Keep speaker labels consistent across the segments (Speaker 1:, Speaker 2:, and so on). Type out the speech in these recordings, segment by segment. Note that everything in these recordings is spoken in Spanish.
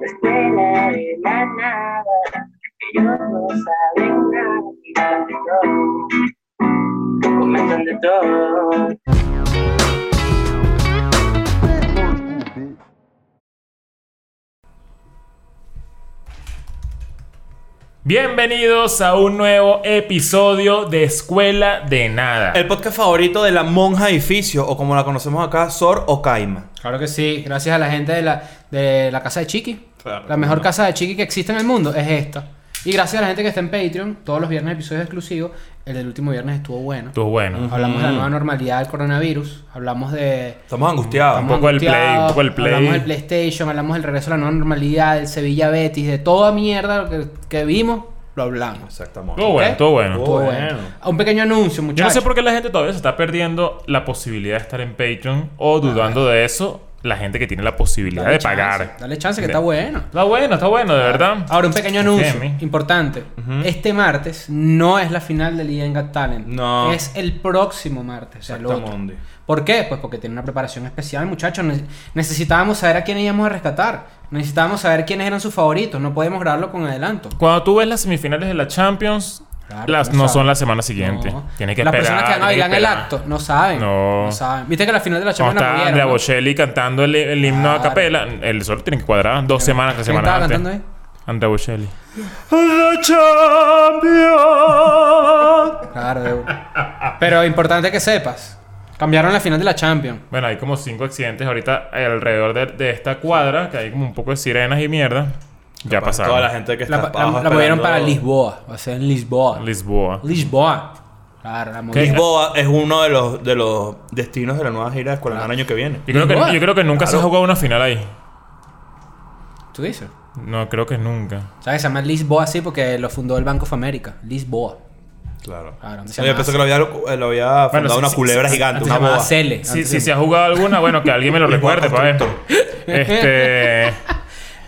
Speaker 1: escuela de la nada, ellos no saben nada, yo comentan de todo.
Speaker 2: Bienvenidos a un nuevo episodio de Escuela de Nada.
Speaker 3: El podcast favorito de la monja edificio, o como la conocemos acá, Sor o Caima.
Speaker 4: Claro que sí, gracias a la gente de la, de la casa de Chiqui.
Speaker 3: Claro,
Speaker 4: la mejor
Speaker 3: no.
Speaker 4: casa de Chiqui que existe en el mundo es esta. Y gracias a la gente que está en Patreon, todos los viernes episodios exclusivos. El del último viernes estuvo bueno.
Speaker 2: Tú bueno.
Speaker 4: Hablamos de la nueva normalidad del coronavirus, hablamos de...
Speaker 3: Estamos angustiados.
Speaker 4: estamos
Speaker 2: poco del Play, un
Speaker 4: angustiados,
Speaker 2: poco del Play.
Speaker 4: Hablamos del PlayStation, hablamos del regreso a la nueva normalidad, del Sevilla Betis, de toda mierda lo que, que vimos, lo hablamos.
Speaker 3: Exactamente.
Speaker 2: Todo bueno,
Speaker 4: ¿Ok?
Speaker 2: todo bueno.
Speaker 3: Todo bueno.
Speaker 4: Un pequeño anuncio, muchachos.
Speaker 2: Yo no sé por qué la gente todavía se está perdiendo la posibilidad de estar en Patreon o dudando de eso, la gente que tiene la posibilidad de pagar.
Speaker 4: Chance, dale chance que está bueno.
Speaker 2: Está bueno, está bueno, de verdad.
Speaker 4: Ahora, un pequeño
Speaker 2: Confía
Speaker 4: anuncio
Speaker 2: en mí.
Speaker 4: importante. Este martes no es la final del EDN Got Talent.
Speaker 3: No.
Speaker 4: Es el próximo martes. el otro.
Speaker 3: Exactamundi.
Speaker 4: ¿Por qué? Pues porque tiene una preparación especial, muchachos. Ne- necesitábamos saber a quién íbamos a rescatar. Necesitábamos saber quiénes eran sus favoritos. No podemos grabarlo con adelanto.
Speaker 2: Cuando tú ves las semifinales de la Champions,
Speaker 4: Claro,
Speaker 2: las
Speaker 4: no
Speaker 2: no
Speaker 4: sabe.
Speaker 2: son la semana siguiente.
Speaker 4: No.
Speaker 2: Tienes que
Speaker 4: Las
Speaker 2: esperar.
Speaker 4: personas que van a bailar
Speaker 2: tienes
Speaker 4: en el
Speaker 2: esperar.
Speaker 4: acto no saben.
Speaker 2: No.
Speaker 4: saben. Viste que la final de la
Speaker 2: Cuando
Speaker 4: Champions la
Speaker 2: está
Speaker 4: movieron,
Speaker 2: Andrea
Speaker 4: ¿no?
Speaker 2: Bocelli cantando el, el himno a
Speaker 4: Claro.
Speaker 2: capela, el sol tiene que cuadrar dos semanas, tres
Speaker 4: ¿Quién
Speaker 2: semanas
Speaker 4: estaba
Speaker 2: antes.
Speaker 4: cantando
Speaker 2: Andrea Bocelli.
Speaker 4: Claro, de- Pero importante que sepas. Cambiaron la final de la Champions.
Speaker 2: Bueno, hay como cinco accidentes ahorita alrededor de, de esta cuadra, que hay como un poco de sirenas y mierda. Ya pasaron.
Speaker 3: Toda la gente que está
Speaker 4: La, la-
Speaker 3: abajo
Speaker 4: la
Speaker 3: esperando-
Speaker 4: movieron para Lisboa. Va a ser en Lisboa.
Speaker 2: Lisboa.
Speaker 4: Lisboa. Claro, la movieron.
Speaker 3: Lisboa es uno de los, de los destinos de la nueva gira de Escuela del año que viene.
Speaker 2: Yo creo,
Speaker 4: Lisboa.
Speaker 2: que, yo creo que nunca se ha jugado una final ahí.
Speaker 4: ¿Tú dices?
Speaker 2: No, creo que nunca.
Speaker 4: ¿Sabes? Se llama Lisboa así porque lo fundó el Bank of America. Lisboa.
Speaker 3: Claro.
Speaker 4: Claro, antes se
Speaker 3: Yo
Speaker 4: llamaba-
Speaker 3: pensé que lo había, eh, lo había fundado
Speaker 2: Bueno, sí,
Speaker 3: una
Speaker 2: sí,
Speaker 3: culebra
Speaker 2: sí,
Speaker 3: gigante,
Speaker 4: antes
Speaker 3: una
Speaker 4: se llamaba
Speaker 3: boa.
Speaker 4: Cele.
Speaker 2: Si,
Speaker 4: Antes
Speaker 2: si
Speaker 4: se-
Speaker 2: se ha jugado alguna, bueno, que alguien me lo recuerde,
Speaker 3: Lisboa
Speaker 2: para ver.
Speaker 3: Constructor.
Speaker 2: Este.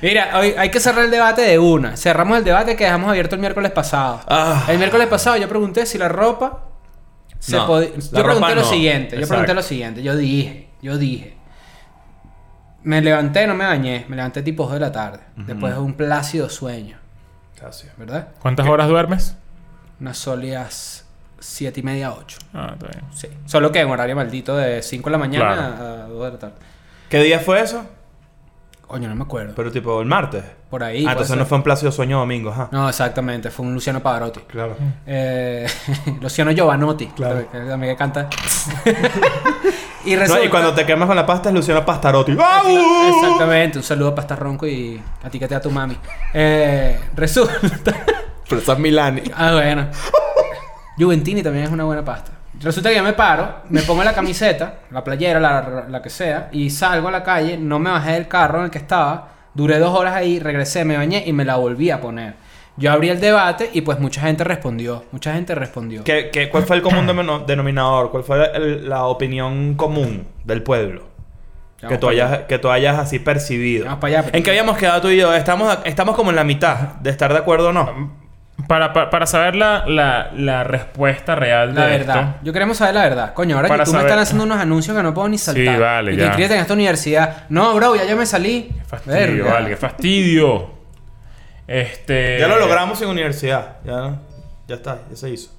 Speaker 4: Mira, hoy hay que cerrar el debate de una. Cerramos el debate que dejamos abierto el miércoles pasado.
Speaker 3: Ah.
Speaker 4: El miércoles pasado yo pregunté si la ropa se
Speaker 3: No,
Speaker 4: podía.
Speaker 3: la
Speaker 4: Yo
Speaker 3: ropa
Speaker 4: pregunté lo
Speaker 3: no.
Speaker 4: siguiente. Yo
Speaker 3: Exacto.
Speaker 4: pregunté lo siguiente. Yo dije, yo dije. Me levanté, no me bañé. Me levanté tipo 2 de la tarde. Después de un plácido sueño,
Speaker 3: Casi.
Speaker 4: ¿verdad?
Speaker 2: ¿Cuántas horas duermes?
Speaker 4: Unas sólidas 7 y media, 8.
Speaker 2: Ah, está bien.
Speaker 4: Sí. Solo que en horario maldito de 5 de la mañana
Speaker 2: Claro.
Speaker 4: a 2 de la tarde.
Speaker 3: ¿Qué día fue eso?
Speaker 4: Coño, no me acuerdo.
Speaker 3: Pero tipo el martes.
Speaker 4: Por ahí.
Speaker 3: ah,
Speaker 4: puede
Speaker 3: entonces
Speaker 4: ser.
Speaker 3: no fue un plácido sueño domingo, ajá.
Speaker 4: No, exactamente. Fue un Luciano Pavarotti.
Speaker 3: Claro.
Speaker 4: Eh, Luciano Giovanotti.
Speaker 3: Claro.
Speaker 4: Que también que canta. y
Speaker 3: No,
Speaker 4: resulta...
Speaker 3: y cuando te quemas con la pasta es Luciano Pastarotti. ¡Au!
Speaker 4: Exactamente. Un saludo a Pasta Ronco y a ti que te da tu mami. Eh, resulta...
Speaker 3: Pero esa es Milani.
Speaker 4: Ah, bueno. Juventini también es una buena pasta. Resulta que yo me paro, me pongo la camiseta, la playera, la, la que sea, y salgo a la calle, no me bajé del carro en el que estaba, duré dos horas ahí, regresé, me bañé y me la volví a poner. Yo abrí el debate y pues mucha gente respondió, mucha gente respondió.
Speaker 3: ¿Qué, qué, cuál fue el común demeno- denominador? ¿Cuál fue el- la opinión común del pueblo?
Speaker 4: Ya
Speaker 3: Que
Speaker 4: vamos
Speaker 3: tú,
Speaker 4: para allá.
Speaker 3: hayas, que tú hayas así percibido.
Speaker 4: Vamos para allá, pero-
Speaker 3: ¿En qué habíamos quedado tú y yo? Estamos, estamos como en la mitad de estar de acuerdo o no.
Speaker 2: Para, para, para saber la, la, la respuesta real de
Speaker 4: La verdad.
Speaker 2: esto.
Speaker 4: Yo queremos saber la verdad. Coño, ahora
Speaker 2: Para
Speaker 4: YouTube
Speaker 2: saber-
Speaker 4: me están haciendo unos anuncios que no puedo ni saltar.
Speaker 2: Sí, vale,
Speaker 4: y
Speaker 2: ya.
Speaker 4: que inscríbete en esta universidad. No, bro, ya yo me salí.
Speaker 2: Qué fastidio,
Speaker 4: Verga.
Speaker 2: vale, qué fastidio. Este.
Speaker 3: Ya lo logramos en universidad. Ya, ya está, ya se hizo.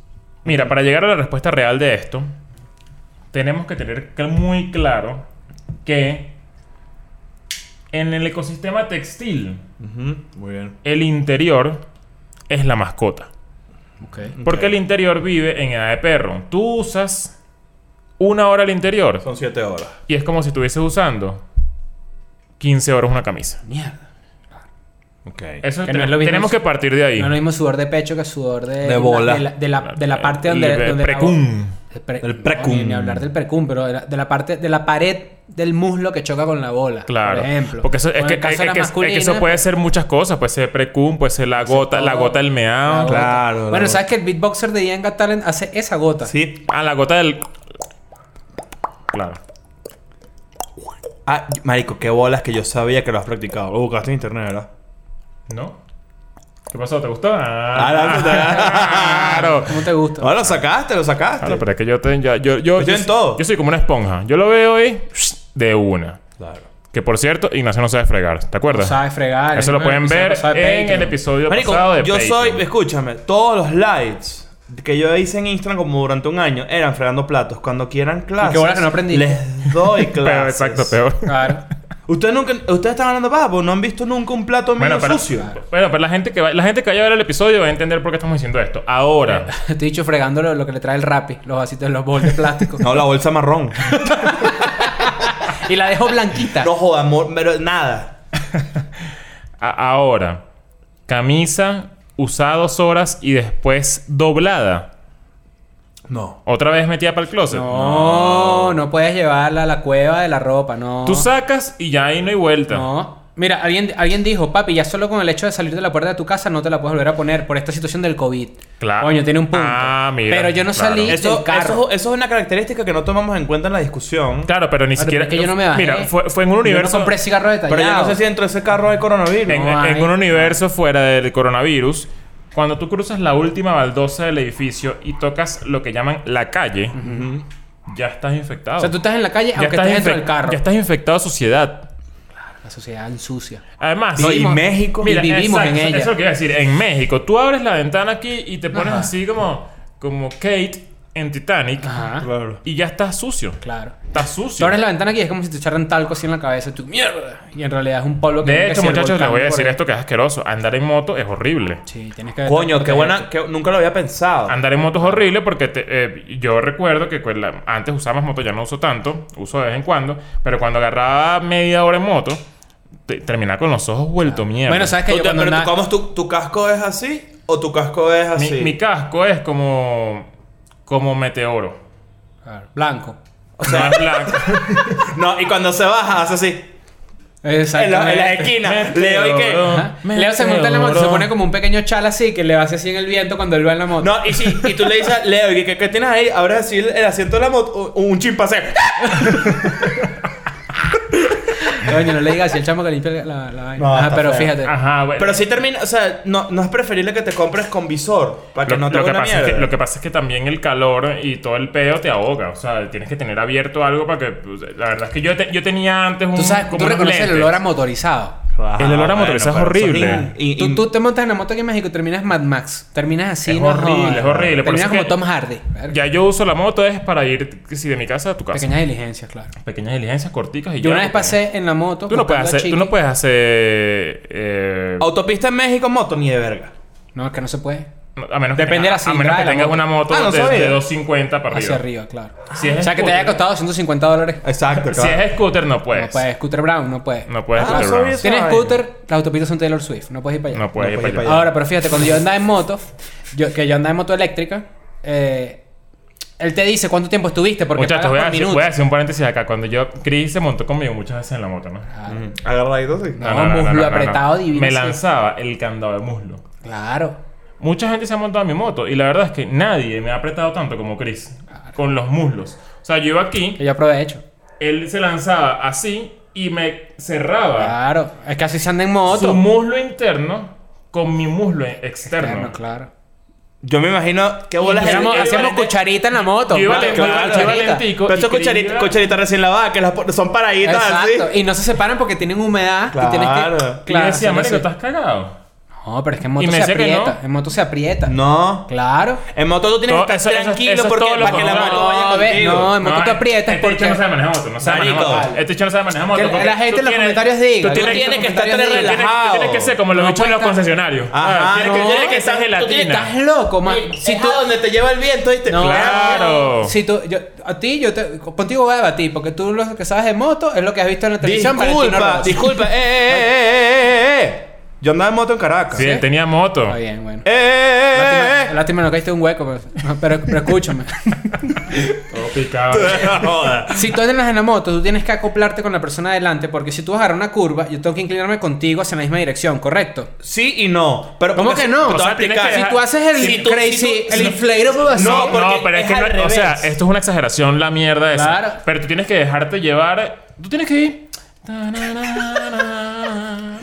Speaker 2: Mira, para llegar a la respuesta real de esto, tenemos que tener cl- muy claro que en el ecosistema textil,
Speaker 3: Muy bien.
Speaker 2: el interior es la mascota.
Speaker 4: Ok.
Speaker 2: Porque el interior vive en edad de perro. Tú usas una hora el interior
Speaker 3: Son siete horas.
Speaker 2: y es como si estuvieses usando 15 horas una camisa.
Speaker 4: Mierda.
Speaker 3: Ok.
Speaker 2: Eso
Speaker 4: Que
Speaker 2: te-
Speaker 4: no es lo mismo
Speaker 2: tenemos
Speaker 4: si-
Speaker 2: que partir de ahí.
Speaker 4: No es lo mismo sudor de pecho que sudor de...
Speaker 3: De bola.
Speaker 4: De la, de la- de la parte donde...
Speaker 2: El
Speaker 4: donde la-
Speaker 2: precum.
Speaker 4: de pre-
Speaker 3: El
Speaker 4: no,
Speaker 3: precum.
Speaker 4: ni, ni hablar del precum, pero de la, de la parte... De la pared del muslo que choca con la bola.
Speaker 2: Claro.
Speaker 4: Por ejemplo.
Speaker 2: Porque eso,
Speaker 4: O
Speaker 2: es,
Speaker 4: en
Speaker 2: que,
Speaker 4: el caso pues,
Speaker 2: es-
Speaker 4: de
Speaker 2: es
Speaker 4: las
Speaker 2: que- es que eso
Speaker 4: masculinas,
Speaker 2: puede ser muchas cosas. Puede ser precum, puede ser la gota, la
Speaker 4: todo.
Speaker 2: gota del
Speaker 4: la
Speaker 2: meado.
Speaker 4: gota.
Speaker 3: Claro, la
Speaker 4: Bueno,
Speaker 3: gota.
Speaker 4: ¿sabes que el beatboxer de Ian Got Talent hace esa gota?
Speaker 3: Sí.
Speaker 2: Ah, la gota del. Claro.
Speaker 3: Ah, marico, qué bolas que yo sabía que lo has practicado. Lo buscaste en internet, ¿verdad?
Speaker 2: ¿No? ¿Qué pasó? ¿Te gustó?
Speaker 3: Ah, la-
Speaker 2: claro.
Speaker 4: ¿Cómo te gusta?
Speaker 3: No, lo sacaste, lo sacaste.
Speaker 2: Claro, pero es que
Speaker 4: Pues
Speaker 2: yo, te- ya- yo, yo,
Speaker 3: Estoy en
Speaker 2: yo-
Speaker 3: todo.
Speaker 2: yo soy como una esponja. Yo lo veo y de una.
Speaker 3: Claro.
Speaker 2: Que Que por cierto, Ignacio no sabe fregar. ¿Te
Speaker 4: No
Speaker 2: acuerdas?
Speaker 4: sabe fregar.
Speaker 2: Eso
Speaker 4: en
Speaker 2: lo
Speaker 4: el
Speaker 2: pueden
Speaker 4: episodio
Speaker 2: ver
Speaker 4: pasado de
Speaker 2: en
Speaker 4: Patreon.
Speaker 2: el episodio
Speaker 3: Marico,
Speaker 2: pasado de
Speaker 3: yo
Speaker 2: Patreon.
Speaker 3: soy, escúchame, todos los lives que yo hice en Instagram como durante un año eran fregando platos. Cuando quieran clases.
Speaker 4: bola que no aprendí.
Speaker 3: Les doy clases.
Speaker 2: Pero exacto, peor.
Speaker 4: Claro.
Speaker 3: Ustedes nunca, ustedes están hablando paja, porque no han visto nunca un plato mío
Speaker 2: Bueno, pero,
Speaker 3: sucio.
Speaker 2: bueno, pero la gente que va- la gente que vaya a ver el episodio va a entender por qué estamos diciendo esto. Ahora,
Speaker 4: Te he dicho fregando lo, lo que le trae el rapi, los vasitos, los bols de plástico.
Speaker 3: No, la bolsa marrón.
Speaker 4: Y la dejo blanquita.
Speaker 3: no joda, amor, pero nada.
Speaker 2: a- ahora, camisa usada dos horas y después doblada.
Speaker 3: No.
Speaker 2: Otra vez metida para el closet.
Speaker 4: No, no puedes llevarla a la cueva de la ropa, no.
Speaker 2: Tú sacas y ya ahí no hay vuelta.
Speaker 4: No. Mira, alguien, alguien dijo, papi, ya solo con el hecho de salir de la puerta de tu casa no te la puedes volver a poner por esta situación del COVID.
Speaker 2: Claro.
Speaker 4: Coño, tiene un punto.
Speaker 2: Ah, mira,
Speaker 4: Pero yo no
Speaker 2: claro.
Speaker 4: salí
Speaker 3: Eso,
Speaker 4: del carro.
Speaker 3: eso, eso es una característica que no tomamos en cuenta en la discusión.
Speaker 2: Claro, pero ni
Speaker 4: Claro,
Speaker 2: siquiera.
Speaker 4: pero es que yo no me bajé.
Speaker 2: Mira, fue, fue en un
Speaker 4: Yo no
Speaker 2: universo.
Speaker 4: compré cigarro de
Speaker 3: Pero yo no sé si dentro de ese carro hay coronavirus.
Speaker 2: en,
Speaker 4: No
Speaker 2: en
Speaker 4: hay.
Speaker 2: un universo fuera del coronavirus, cuando tú cruzas la última baldosa del edificio y tocas lo que llaman la calle, ya estás infectado.
Speaker 4: O sea, tú estás en la calle
Speaker 2: Ya
Speaker 4: aunque estés dentro
Speaker 2: infec-
Speaker 4: del carro.
Speaker 2: Ya estás infectado a suciedad.
Speaker 4: La sociedad ensucia.
Speaker 2: Además,
Speaker 3: No, y
Speaker 4: Vivimos-
Speaker 3: México.
Speaker 4: Mira, vivimos
Speaker 2: exacto,
Speaker 4: en ella.
Speaker 2: Eso es lo que iba a decir. En México, tú abres la ventana aquí y te pones
Speaker 4: Ajá.
Speaker 2: así como, como Kate en Titanic
Speaker 4: Ajá.
Speaker 3: Claro.
Speaker 2: y ya estás sucio.
Speaker 4: Claro.
Speaker 2: Estás
Speaker 4: Tú
Speaker 2: sucio.
Speaker 4: abres la ventana aquí y es como si te echaran talco así en la cabeza. Tú, mierda. Y en realidad es un polvo que...
Speaker 2: De
Speaker 4: nunca
Speaker 2: hecho,
Speaker 4: se
Speaker 2: muchachos, les
Speaker 4: volcán
Speaker 2: voy a
Speaker 4: por
Speaker 2: decir
Speaker 4: ahí.
Speaker 2: esto que es asqueroso. Andar en moto es horrible.
Speaker 4: Sí, tienes que...
Speaker 3: Coño,
Speaker 4: protegerte.
Speaker 3: qué buena. Que, nunca lo había pensado.
Speaker 2: Andar en moto es horrible porque te- eh, yo recuerdo que con la- antes usaba más moto, ya no uso tanto, uso de vez en cuando, pero cuando agarraba media hora en moto, te- terminaba con los ojos vuelto mierda.
Speaker 4: Bueno, ¿sabes qué?
Speaker 3: Tú
Speaker 4: Yo
Speaker 3: te-
Speaker 4: cuando
Speaker 3: pero
Speaker 4: andaba-
Speaker 3: tú- ¿cómo es tu, tu casco es así o tu casco es
Speaker 2: mi,
Speaker 3: así?
Speaker 2: mi casco es como, como meteoro.
Speaker 4: Claro. Blanco.
Speaker 2: no es blanco.
Speaker 3: No, y cuando se baja, hace así. En la,
Speaker 4: Exactamente.
Speaker 3: en la esquina.
Speaker 2: Meteoro.
Speaker 3: Leo y que.
Speaker 4: Ajá. Leo se monta en la moto, se pone como un pequeño chal así que le hace así en el viento cuando él va en la moto.
Speaker 3: No, y, si, y tú le dices a Leo, ¿y qué, qué tienes ahí? Ahora sí, el, el asiento de la moto, un un chimpancé.
Speaker 4: Coño, no le digas si el chamo que limpia la, la vaina.
Speaker 3: No,
Speaker 4: Ajá,
Speaker 3: está
Speaker 4: pero
Speaker 3: feo.
Speaker 4: fíjate.
Speaker 2: Ajá, bueno.
Speaker 3: Pero sí termina, o sea, no, no es preferible que te compres con visor para que
Speaker 2: Lo,
Speaker 3: no te
Speaker 2: lo que
Speaker 3: haga una
Speaker 2: pasa
Speaker 3: mierda.
Speaker 2: es que, lo que pasa es que también el calor y todo el peo te ahoga. O sea, tienes que tener abierto algo para que. pues, La verdad es que yo, te- yo tenía antes un.
Speaker 4: Tú sabes,
Speaker 2: como
Speaker 4: tú
Speaker 2: unos
Speaker 4: reconoces el
Speaker 2: lentes.
Speaker 4: olor a motorizado.
Speaker 3: Ajá,
Speaker 2: El olor a
Speaker 3: Ah, bueno,
Speaker 2: motorizado es
Speaker 3: pero eso
Speaker 2: horrible.
Speaker 3: in- in-
Speaker 4: Tú,
Speaker 3: in-
Speaker 4: tú te montas en la moto aquí en México y terminas Mad Max. Terminas así,
Speaker 2: Es
Speaker 4: no
Speaker 2: horrible,
Speaker 4: jodas.
Speaker 2: es horrible. Por
Speaker 4: Terminas
Speaker 2: eso
Speaker 4: como
Speaker 2: es que-
Speaker 4: Tom Hardy.
Speaker 2: Ya yo uso la moto es para ir que si de mi casa a tu casa.
Speaker 4: Pequeñas diligencias, claro.
Speaker 2: Pequeñas diligencias corticas y
Speaker 4: Yo
Speaker 2: ya,
Speaker 4: una vez
Speaker 2: porque-
Speaker 4: pasé en la moto.
Speaker 2: Tú no puedes
Speaker 4: buscando a
Speaker 2: hacer, tú
Speaker 4: Chiqui.
Speaker 2: no puedes hacer eh,
Speaker 3: Autopista en México, moto ni de verga.
Speaker 4: No, es que no se puede.
Speaker 2: a menos
Speaker 4: Depende de
Speaker 2: que,
Speaker 4: la
Speaker 2: a- a, menos
Speaker 4: cilindrada
Speaker 2: que
Speaker 4: de la
Speaker 2: tengas
Speaker 4: moto.
Speaker 2: una moto
Speaker 3: Ah, no
Speaker 2: de,
Speaker 3: sabía.
Speaker 2: de 250 para
Speaker 4: Hacia
Speaker 2: arriba.
Speaker 4: arriba, claro.
Speaker 2: Si es
Speaker 4: o sea, que te
Speaker 2: scooter.
Speaker 4: haya costado 250 dólares.
Speaker 3: Exacto,
Speaker 2: Si es scooter no puedes.
Speaker 4: No puedes. Scooter Brown, no puede.
Speaker 2: No puedes.
Speaker 3: Ah,
Speaker 2: scooter,
Speaker 3: soy
Speaker 2: no.
Speaker 3: eso.
Speaker 4: Tienes
Speaker 3: Ay.
Speaker 4: scooter, las autopistas son Taylor Swift. No puedes ir para allá.
Speaker 2: No puedes ir
Speaker 3: puedes ir
Speaker 2: para
Speaker 3: para
Speaker 2: allá.
Speaker 4: Ahora, pero fíjate, cuando yo andaba en moto, yo, que yo andaba en moto eléctrica, eh, él te dice cuánto tiempo estuviste porque
Speaker 2: Muchachos,
Speaker 4: pagas
Speaker 2: voy a,
Speaker 4: por
Speaker 2: hacer,
Speaker 4: minuto.
Speaker 2: voy a hacer un paréntesis acá. Cuando yo, Chris se montó conmigo muchas veces en la moto, ¿no?
Speaker 4: Claro,
Speaker 3: Agarradito, sí.
Speaker 4: No, muslo apretado, divino,
Speaker 2: Me
Speaker 4: sí.
Speaker 2: lanzaba el candado de muslo.
Speaker 4: claro.
Speaker 2: Mucha gente se ha montado a mi moto y la verdad es que nadie me ha apretado tanto como Chris. Con los muslos. O sea, yo iba aquí,
Speaker 4: Que yo aprovecho.
Speaker 2: él se lanzaba así y me cerraba
Speaker 4: Claro. Es que así se anda en Ah, moto.
Speaker 2: Ah. su muslo interno con mi muslo
Speaker 4: Claro,
Speaker 2: externo.
Speaker 4: claro.
Speaker 3: Yo me imagino que bolas
Speaker 4: Hacíamos,
Speaker 2: yo- yo-
Speaker 4: hacíamos
Speaker 2: yo-
Speaker 4: cucharita en la moto.
Speaker 2: yo iba
Speaker 4: Claro,
Speaker 2: lento,
Speaker 4: claro,
Speaker 2: yo iba
Speaker 4: cucharita.
Speaker 2: lentico.
Speaker 3: Pero eso
Speaker 2: y quería-
Speaker 3: cucharita, cucharita recién lavada, que las po- son paraditas
Speaker 4: Exacto.
Speaker 3: así.
Speaker 4: Y no se separan porque tienen humedad. Y tienes
Speaker 3: Claro.
Speaker 4: que...
Speaker 2: Y yo decía,
Speaker 4: son
Speaker 2: marico,
Speaker 4: así.
Speaker 2: estás cagado.
Speaker 4: No, pero es que en
Speaker 2: Y
Speaker 4: moto
Speaker 2: me
Speaker 4: se
Speaker 2: decía que no.
Speaker 4: aprieta. En moto se aprieta.
Speaker 3: No.
Speaker 4: Claro.
Speaker 3: En moto tú tienes
Speaker 2: Todo-
Speaker 3: que estar
Speaker 2: eso- eso-
Speaker 3: tranquilo
Speaker 2: eso es
Speaker 3: porque,
Speaker 2: todo lo
Speaker 3: para que la
Speaker 2: contrario.
Speaker 3: moto vaya
Speaker 4: No, ve,
Speaker 3: contigo.
Speaker 4: no, En moto
Speaker 2: No,
Speaker 4: te aprietas
Speaker 2: Este
Speaker 4: porque-
Speaker 2: bicho no sabe manejar moto, no sabe manejar
Speaker 3: Marico.
Speaker 2: moto. Este bicho no sabe manejar moto.
Speaker 4: Que la-
Speaker 2: porque
Speaker 4: la gente
Speaker 2: tú
Speaker 4: en los
Speaker 2: tienes-
Speaker 4: comentarios diga,
Speaker 2: Tú
Speaker 4: ¿no?
Speaker 2: tienes,
Speaker 4: Tiene
Speaker 3: Tienes
Speaker 4: que
Speaker 3: que estar
Speaker 4: estar
Speaker 2: Tienes-
Speaker 3: relajado.
Speaker 2: Tienes que ser como los
Speaker 4: No,
Speaker 2: bichos en los
Speaker 4: cuenta.
Speaker 2: concesionarios.
Speaker 3: Ajá,
Speaker 2: Ah, tienes que-
Speaker 3: no.
Speaker 2: Tienes que ser
Speaker 3: Tú tienes-
Speaker 2: gelatina.
Speaker 4: Estás loco, man.
Speaker 3: Si tú donde te lleva el viento, ¿viste?
Speaker 4: No,
Speaker 2: Claro.
Speaker 4: Si tú, yo, a ti, yo te, contigo voy a debatir, porque tú lo que sabes de moto es lo que has visto en la televisión. Valentino
Speaker 3: Disculpa,
Speaker 4: Rossi.
Speaker 3: disculpa. Eh, eh, eh, eh, eh, eh, eh. Yo andaba en moto en Caracas.
Speaker 2: Sí,
Speaker 3: Eh,
Speaker 2: él tenía moto.
Speaker 4: Está bien, bueno.
Speaker 3: eh, eh,
Speaker 4: Lástima, lástima no caíste en un hueco, pero, pero, pero escúchame.
Speaker 2: Todo picado.
Speaker 3: eh, eh. Joda.
Speaker 4: si tú andas en la moto, tú tienes que acoplarte con la persona adelante, porque si tú vas a agarrar una curva, yo tengo que inclinarme contigo hacia la misma dirección, ¿correcto?
Speaker 3: Sí y no. Pero
Speaker 4: ¿Cómo
Speaker 3: porque-
Speaker 4: que no?
Speaker 3: Te voy a
Speaker 2: O sea, tienes
Speaker 3: explicar.
Speaker 2: que
Speaker 4: Si tú haces el
Speaker 3: Si tú-
Speaker 4: crazy,
Speaker 3: si tú-
Speaker 4: el pues,
Speaker 3: si-
Speaker 4: inflatable así.
Speaker 3: No, porque
Speaker 2: no, pero es
Speaker 3: es
Speaker 2: que
Speaker 3: al
Speaker 2: no, o sea,
Speaker 3: revés.
Speaker 2: esto es una exageración la mierda esa.
Speaker 4: Claro.
Speaker 2: Pero tú tienes que dejarte llevar, tú tienes que ir.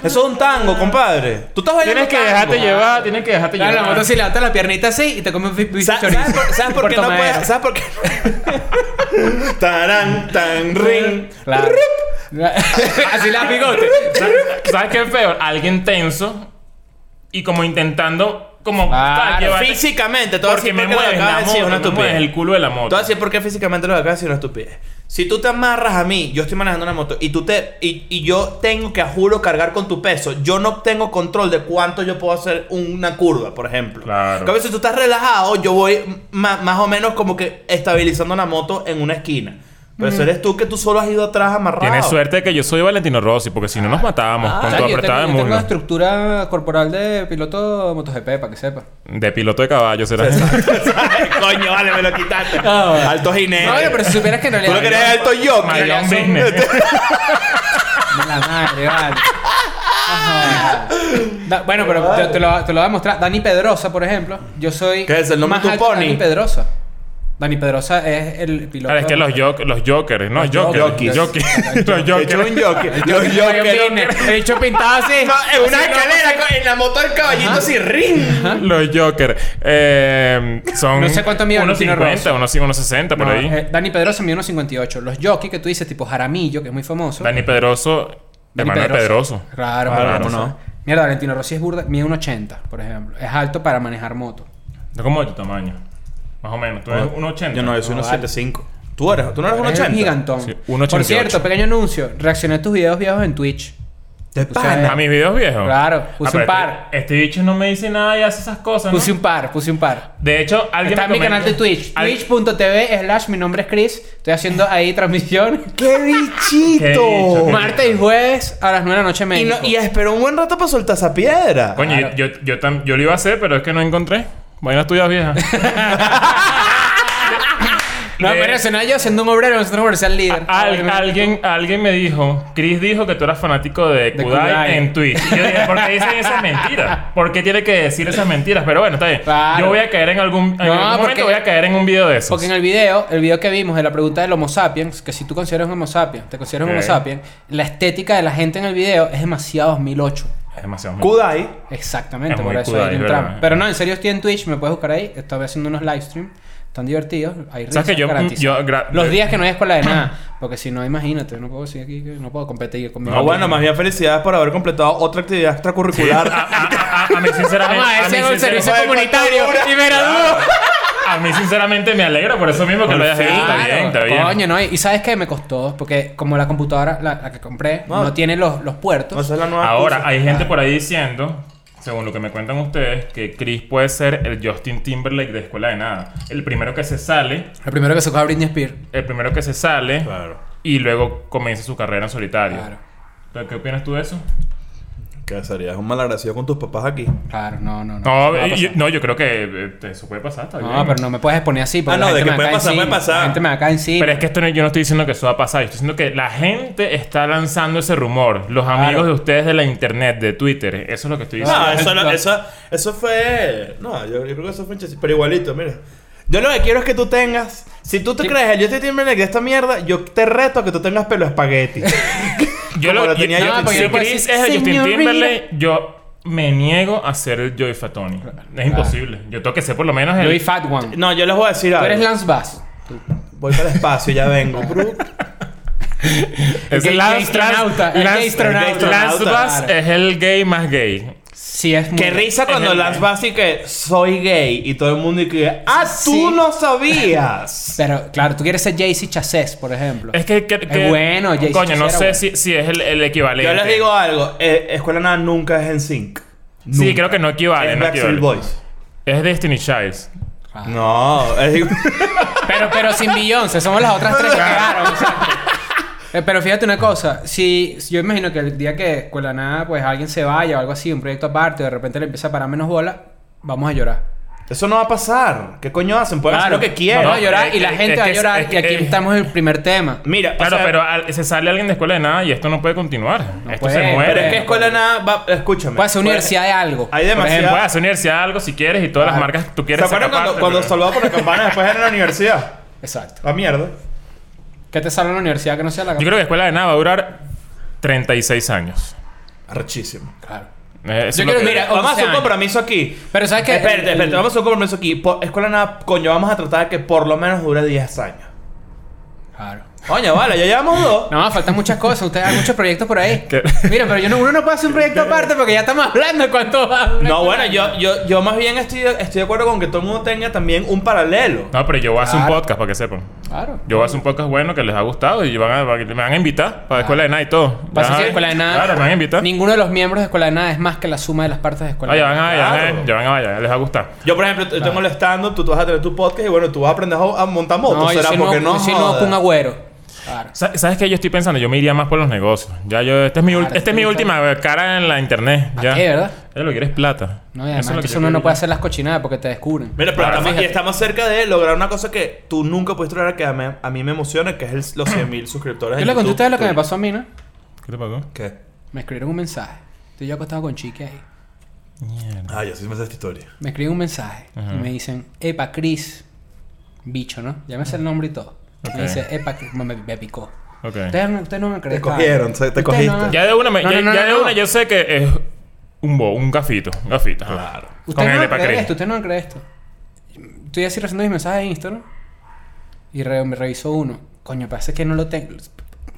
Speaker 3: Eso es un tango, compadre. Tú estás bailando
Speaker 2: Tienes que
Speaker 3: tango.
Speaker 2: dejarte llevar, tienes que dejarte
Speaker 4: Claro, la
Speaker 2: llevar.
Speaker 4: moto si levantas la piernita así y te comes un bife
Speaker 3: Sa-
Speaker 4: chorizo.
Speaker 3: ¿Sabes por, sabes por qué no
Speaker 4: Puerto Madero.
Speaker 3: puedes? ¿Sabes por qué? Tarán, tan, ring.
Speaker 4: Claro.
Speaker 3: Rup.
Speaker 4: Así las bigote.
Speaker 2: ¿Sabes- ¿Sabes qué es peor? Alguien tenso y como intentando como
Speaker 4: Claro,
Speaker 2: tal, llevarte-
Speaker 3: Físicamente, todo
Speaker 2: porque
Speaker 3: así
Speaker 2: me
Speaker 3: porque lo que
Speaker 2: mueves la
Speaker 3: acabas de decir
Speaker 2: moto,
Speaker 3: es una
Speaker 2: me mueves
Speaker 3: estupidez.
Speaker 2: el culo de la moto.
Speaker 3: Tú así porque físicamente lo que acabas de decir es una estupidez. Si tú te amarras a mí, yo estoy manejando una moto y tú te y, y yo tengo que a juro cargar con tu peso, yo no tengo control de cuánto yo puedo hacer una curva, por ejemplo.
Speaker 2: Claro.
Speaker 3: Que a veces tú estás relajado, yo voy ma- más o menos como que estabilizando la moto en una esquina. Pero eso eres tú que tú solo has ido atrás amarrado.
Speaker 2: Tienes suerte de que yo soy Valentino Rossi, porque si no nos matábamos
Speaker 4: Ah,
Speaker 2: con tu
Speaker 4: yo
Speaker 2: apretada
Speaker 4: tengo,
Speaker 2: de
Speaker 4: yo tengo una
Speaker 2: muslo.
Speaker 4: estructura corporal de piloto MotoGP, para que sepa.
Speaker 2: De piloto de caballo será.
Speaker 3: Coño, vale, me lo quitaste.
Speaker 4: Ah, bueno.
Speaker 3: Alto jinete.
Speaker 4: No, bueno, pero si supieras que no le
Speaker 3: Eh. Tú lo querías alto jockey.
Speaker 2: Marion Business.
Speaker 4: la madre, vale. Ajá. Da- bueno, pero te, te lo, te lo voy a mostrar. Dani Pedrosa, por ejemplo. Yo soy.
Speaker 3: ¿Qué es el nombre
Speaker 4: más
Speaker 3: de
Speaker 4: alto
Speaker 3: tu
Speaker 4: que
Speaker 3: pony?
Speaker 4: Dani Pedrosa. Dani Pedrosa es el piloto.
Speaker 2: Claro, Ah, es que los, jo- los jokers, no, jokers.
Speaker 3: jockeys.
Speaker 2: jockeys. los
Speaker 3: Yo quiero un
Speaker 2: jokers.
Speaker 3: jockey. Yo,
Speaker 4: Yo
Speaker 3: yo
Speaker 4: soy un
Speaker 3: quiero-
Speaker 4: business. He hecho pintado así.
Speaker 3: No, en una
Speaker 4: Así, loco.
Speaker 3: escalera, co- en la moto del caballito así, ring.
Speaker 2: Los jokers. Eh, son.
Speaker 4: No sé cuánto mide
Speaker 2: Unos
Speaker 4: Valentino
Speaker 2: 50,
Speaker 4: Rossi.
Speaker 2: unos 60 por
Speaker 4: No,
Speaker 2: ahí.
Speaker 4: eh, Dani Pedrosa mide unos 58. Los jockeys que tú dices, tipo Jaramillo, que es muy famoso.
Speaker 2: Dani Pedroso,
Speaker 4: Dani
Speaker 2: hermano de Pedroso.
Speaker 4: Raro,
Speaker 3: Claro,
Speaker 4: Pedroso.
Speaker 3: cómo no.
Speaker 4: Mierda, Valentino Rossi es burda, mide un 80, por ejemplo. Es alto para manejar moto.
Speaker 2: No como de tu tamaño. Más o menos. Tú eres 1,80.
Speaker 3: Yo no, yo soy
Speaker 4: No,
Speaker 3: unos
Speaker 4: vale.
Speaker 3: 75. ¿Tú eres? ¿Tú no eres un
Speaker 4: Eres
Speaker 3: 80?
Speaker 4: gigantón.
Speaker 2: Sí, 1.88.
Speaker 4: Por cierto, pequeño anuncio. Reaccioné a tus videos viejos en Twitch.
Speaker 3: De
Speaker 4: O sea,
Speaker 3: pana.
Speaker 2: A mis videos viejos.
Speaker 4: Claro,
Speaker 2: Ah,
Speaker 4: puse
Speaker 2: pero
Speaker 4: un par.
Speaker 2: Este, este bicho no me dice nada y hace esas cosas. ¿no?
Speaker 4: Puse un par, puse un par.
Speaker 2: De hecho, alguien.
Speaker 4: Está en
Speaker 2: me
Speaker 4: mi
Speaker 2: comenta-
Speaker 4: canal de Twitch. pues.
Speaker 2: Al-
Speaker 4: Twitch.tv slash mi nombre es Chris. Estoy haciendo ahí transmisión.
Speaker 3: ¡Qué
Speaker 2: Qué bicho,
Speaker 3: bichito!
Speaker 2: qué
Speaker 4: Martes y jueves a las 9 de la noche
Speaker 3: y,
Speaker 4: México.
Speaker 3: no, y esperó un buen rato para soltar esa piedra.
Speaker 2: Coño,
Speaker 4: Claro.
Speaker 2: yo, yo, yo, tam- yo lo iba a hacer, pero es que no encontré. Vainas tuyas viejas.
Speaker 4: No,
Speaker 2: De-
Speaker 4: pero eso no yo siendo un obrero, siendo un comercial líder.
Speaker 2: Al- alguien, alguien me dijo, Chris dijo que tú eras fanático de
Speaker 4: De
Speaker 2: Kudai,
Speaker 4: Kudai.
Speaker 2: en Twitch. Y yo dije, ¿por qué dice esas mentiras? ¿Por qué tiene que decir esas mentiras? Pero bueno, está bien.
Speaker 4: Claro.
Speaker 2: Yo voy a caer en algún, en
Speaker 4: No,
Speaker 2: algún
Speaker 4: porque-
Speaker 2: momento voy a caer en un video de esos.
Speaker 4: Porque en el video, el video que vimos de la pregunta del Homo sapiens, que si tú consideras un Homo sapiens, te consideras un Homo
Speaker 2: Ok.
Speaker 4: sapiens, la estética de la gente en el video es demasiado 2008.
Speaker 2: Es demasiado.
Speaker 3: Kudai.
Speaker 4: Exactamente,
Speaker 2: Es muy
Speaker 4: por eso
Speaker 2: Kudai,
Speaker 4: hay un
Speaker 2: ¿verdad?
Speaker 4: tramo. Pero no, en serio estoy en Twitch, me puedes buscar ahí. Estoy haciendo unos live stream, están divertidos. Hay risas,
Speaker 2: ¿Sabes que yo- mm,
Speaker 4: garantizo.
Speaker 2: yo gra-
Speaker 4: Los
Speaker 2: yo-
Speaker 4: días que no hay escuela de nada, porque si no, imagínate, no puedo seguir aquí, no puedo competir con mi
Speaker 3: No, Ah, bueno, más bien felicidades por haber completado otra actividad extracurricular.
Speaker 2: A, a- a- a mí, sinceramente.
Speaker 4: Vamos a ver
Speaker 2: a
Speaker 4: si
Speaker 2: mí,
Speaker 4: hago el
Speaker 2: sinceramente-
Speaker 4: servicio comunitario y me gradúo.
Speaker 2: A mí, sinceramente, me alegro por eso mismo que
Speaker 3: Por
Speaker 2: lo hayas
Speaker 3: fin.
Speaker 2: hecho. Está bien, está bien.
Speaker 4: Coño, no, y, y sabes qué me costó, porque como la computadora, la, la que compré,
Speaker 3: No.
Speaker 4: no, tiene los, los puertos.
Speaker 3: No, esa es la nueva
Speaker 2: Ahora,
Speaker 3: excusa.
Speaker 2: hay gente por ahí diciendo, según lo que me cuentan ustedes, que Chris puede ser el Justin Timberlake de Escuela de Nada. El primero que se sale,
Speaker 4: Lo primero que sacó a Britney Spears.
Speaker 2: el primero que se sale
Speaker 3: Claro.
Speaker 2: y luego comienza su carrera en solitario.
Speaker 4: Claro.
Speaker 2: Entonces, ¿Qué opinas tú de eso?
Speaker 3: Que serías un malagradecido con tus papás aquí.
Speaker 4: Claro, no, no, no.
Speaker 2: No,
Speaker 4: eso va a
Speaker 2: yo,
Speaker 4: pasar.
Speaker 2: no yo creo que eh, eso puede pasar. Está
Speaker 4: No,
Speaker 2: bien.
Speaker 4: pero no me puedes exponer así. Porque
Speaker 3: Ah, no,
Speaker 4: la
Speaker 3: de
Speaker 4: gente
Speaker 3: que
Speaker 4: me
Speaker 3: puede
Speaker 4: cae
Speaker 3: pasar, puede
Speaker 4: encima,
Speaker 3: pasar.
Speaker 4: La gente me acá encima.
Speaker 2: Pero es que esto no- yo no estoy diciendo que eso va a pasar. Yo estoy diciendo que la gente está lanzando ese rumor. Los amigos de ustedes de la internet, de Twitter. Eso es lo que estoy diciendo.
Speaker 3: No,
Speaker 4: sí,
Speaker 3: eso,
Speaker 4: sí.
Speaker 3: no- eso, eso fue. No, yo, yo creo que eso fue un chiste, pero igualito, mira. Yo lo que quiero es que tú tengas. Si tú te crees el Justin Timberlake de esta mierda, yo te reto a que tú tengas pelo espagueti.
Speaker 2: Yo
Speaker 3: Como
Speaker 2: lo,
Speaker 3: lo tenía
Speaker 2: yo-
Speaker 3: yo
Speaker 2: no,
Speaker 3: al
Speaker 2: porque yo
Speaker 4: principio.
Speaker 2: Chris es el Justin
Speaker 4: Señorita.
Speaker 2: Timberlake, yo me niego a ser el Joey Fatoni. Es imposible. Yo tengo que ser por lo menos el...
Speaker 4: Yo soy Fat One.
Speaker 3: No, yo les voy a decir
Speaker 4: Tú
Speaker 3: algo.
Speaker 4: eres Lance Bass.
Speaker 3: Voy para el espacio, ya vengo. Bru.
Speaker 2: es
Speaker 4: gay-
Speaker 2: el
Speaker 4: gay
Speaker 2: Lance,
Speaker 4: astronauta, el
Speaker 2: Lance-
Speaker 4: gay
Speaker 2: Lance-
Speaker 3: astronauta.
Speaker 2: Lance Bass
Speaker 4: Claro.
Speaker 2: es el gay más gay.
Speaker 4: Sí, es muy...
Speaker 3: Qué risa
Speaker 2: Es
Speaker 3: cuando
Speaker 2: el-
Speaker 3: las vas y que soy gay y todo el mundo y que. ¡Ah,
Speaker 4: Sí.
Speaker 3: tú no sabías!
Speaker 4: Pero, claro, tú quieres ser Jay-Z Chasez, por ejemplo.
Speaker 2: Es que... que- que-
Speaker 4: bueno, Jay-Z
Speaker 2: Coño, no
Speaker 4: era
Speaker 2: sé
Speaker 4: bueno.
Speaker 2: si, si es el, el equivalente.
Speaker 3: yo les digo algo: eh, Escuela Nada nunca es en sync.
Speaker 2: Sí, creo que no equivale,
Speaker 3: Es
Speaker 2: no equivale.
Speaker 3: Backstreet Boys.
Speaker 2: Es Destiny Childs.
Speaker 4: Ah.
Speaker 3: No, es.
Speaker 4: Pero, pero sin Beyoncé, somos las otras tres que quedaron. exacto. Eh, Pero fíjate una cosa, si si yo imagino que el día que Escuela Nada, pues alguien se vaya o algo así, un proyecto aparte, o de repente le empieza a parar menos bola, vamos a llorar.
Speaker 3: Eso no va a pasar. ¿Qué coño hacen? Pueden hacer lo que quieran.
Speaker 4: Vamos a llorar y la
Speaker 2: Es-
Speaker 4: gente
Speaker 2: es
Speaker 4: va a
Speaker 2: que-
Speaker 4: llorar.
Speaker 2: es que-
Speaker 4: y aquí
Speaker 2: es-
Speaker 4: estamos en el primer tema.
Speaker 3: Mira, o
Speaker 2: Claro,
Speaker 3: sea,
Speaker 2: pero al- se sale alguien de escuela de nada y esto no puede continuar. esto se
Speaker 4: puede,
Speaker 2: muere.
Speaker 3: pero es que
Speaker 4: Bueno,
Speaker 3: escuela nada va, escúchame.
Speaker 4: Puede ser
Speaker 3: Puede-
Speaker 4: universidad eh. de algo.
Speaker 3: Hay
Speaker 4: por
Speaker 3: demasiada-
Speaker 4: ejemplo.
Speaker 2: Puedes hacer universidad algo si quieres y todas las
Speaker 4: Claro.
Speaker 2: marcas que tú
Speaker 3: ¿Se
Speaker 2: quieres
Speaker 3: acuerdan cuando,
Speaker 2: sacaparte,
Speaker 3: cuando
Speaker 2: pero-
Speaker 3: salvaba por la campana después era en la universidad?
Speaker 4: Exacto.
Speaker 3: La mierda.
Speaker 4: ¿Qué te sale en la universidad que no sea la
Speaker 2: Yo creo que Escuela de Nada va a durar 36 años.
Speaker 3: Arrechísimo.
Speaker 4: Claro.
Speaker 2: Eh,
Speaker 4: Yo
Speaker 2: eso es lo
Speaker 4: creo-
Speaker 2: que-
Speaker 4: mira,
Speaker 3: Vamos a
Speaker 4: 11
Speaker 3: hacer un
Speaker 4: años.
Speaker 3: compromiso aquí.
Speaker 4: Pero ¿sabes qué?
Speaker 3: Espérate,
Speaker 4: El-
Speaker 3: espérate, vamos a hacer un compromiso aquí. Po- escuela nada, coño, vamos a tratar de que por lo menos dure 10 años.
Speaker 4: Claro.
Speaker 3: Coño, vale, ya llevamos dos.
Speaker 4: No, faltan muchas cosas. Ustedes hay muchos proyectos por ahí.
Speaker 2: ¿Qué?
Speaker 4: Mira, pero yo no, uno no puede hacer un proyecto aparte porque ya estamos hablando de cuánto va.
Speaker 3: No, bueno, yo, yo, yo más bien estoy, estoy de acuerdo con que todo el mundo tenga también un paralelo.
Speaker 2: No, pero yo voy a hacer un
Speaker 4: Claro.
Speaker 2: podcast para que sepan.
Speaker 4: Claro.
Speaker 2: Yo voy a hacer un podcast bueno que les ha gustado y van a- van a- me van a invitar para la escuela de nada y todo.
Speaker 4: Pasa
Speaker 2: Van a
Speaker 4: que
Speaker 2: ver.
Speaker 4: Escuela de Nada.
Speaker 2: Claro, me van a invitar.
Speaker 4: Ninguno de los miembros de Escuela de Nada es más que la suma de las partes de Escuela
Speaker 2: Ah,
Speaker 4: de
Speaker 2: ya
Speaker 4: Nada.
Speaker 2: van a, ya van a-
Speaker 3: Claro.
Speaker 2: ya van a, ya les va a gustar.
Speaker 3: Yo, por ejemplo, yo tengo el stand-up, tú, tú vas a tener tu podcast y bueno, tú vas a aprender a a montar motos.
Speaker 4: No, yo
Speaker 3: Pues ¿Será
Speaker 4: soy
Speaker 3: porque
Speaker 4: no,
Speaker 3: no?
Speaker 4: yo soy no
Speaker 3: joda?
Speaker 4: con agüero. Claro.
Speaker 2: Sa- ¿Sabes qué? Yo estoy pensando, yo me iría más por los negocios. Ya yo, esta es mi, ul-
Speaker 4: Claro,
Speaker 2: esta es mi
Speaker 4: sí,
Speaker 2: última cara en la internet.
Speaker 4: ¿Pa'
Speaker 2: Ya.
Speaker 4: qué, verdad?
Speaker 2: Ya lo que quieres es plata.
Speaker 4: No, y
Speaker 2: Eso es
Speaker 4: además,
Speaker 2: lo que
Speaker 4: entonces
Speaker 2: yo
Speaker 4: uno
Speaker 2: quiero
Speaker 4: no puede
Speaker 2: ya.
Speaker 4: hacer las cochinadas porque te descubren.
Speaker 3: Mira, pero
Speaker 2: Claro,
Speaker 3: estamos, y
Speaker 2: fíjate.
Speaker 3: estamos cerca de lograr una cosa que tú nunca pudiste lograr que a mí, a mí me emociona, que es el- los 100.000 suscriptores.
Speaker 4: Yo
Speaker 3: en
Speaker 4: le conté a
Speaker 3: YouTube.
Speaker 4: ustedes lo que me pasó a mí, ¿no?
Speaker 2: ¿Qué te pasó?
Speaker 3: ¿Qué?
Speaker 4: Me escribieron un mensaje. Estoy yo acostado con Chiqui ahí.
Speaker 2: Mierda.
Speaker 3: Ah, yo sí me sé esta historia.
Speaker 4: Me escriben un mensaje
Speaker 2: Ajá.
Speaker 4: y me dicen, Epa, Chris. Bicho, ¿no? Ya me sé el nombre y todo.
Speaker 2: Ok.
Speaker 4: Me dice, Epa, Chris. Me, me picó.
Speaker 2: Ok.
Speaker 4: Ustedes, no- ustedes no me creen.
Speaker 3: Te cogieron, se- te
Speaker 4: Ustedes no-
Speaker 3: cogiste.
Speaker 2: Ya de una, me-
Speaker 4: No,
Speaker 2: ya,
Speaker 4: no, no,
Speaker 2: ya
Speaker 4: no,
Speaker 2: de
Speaker 4: no.
Speaker 2: una yo sé que es un bo, un gafito, un gafito. ajá.
Speaker 3: Claro.
Speaker 4: Usted no
Speaker 2: el
Speaker 4: me cree
Speaker 2: Epacrin.
Speaker 4: esto, usted no me cree esto. Estoy así revisando mis mensajes de Instagram y re- me revisó uno. Coño, parece que no lo tengo.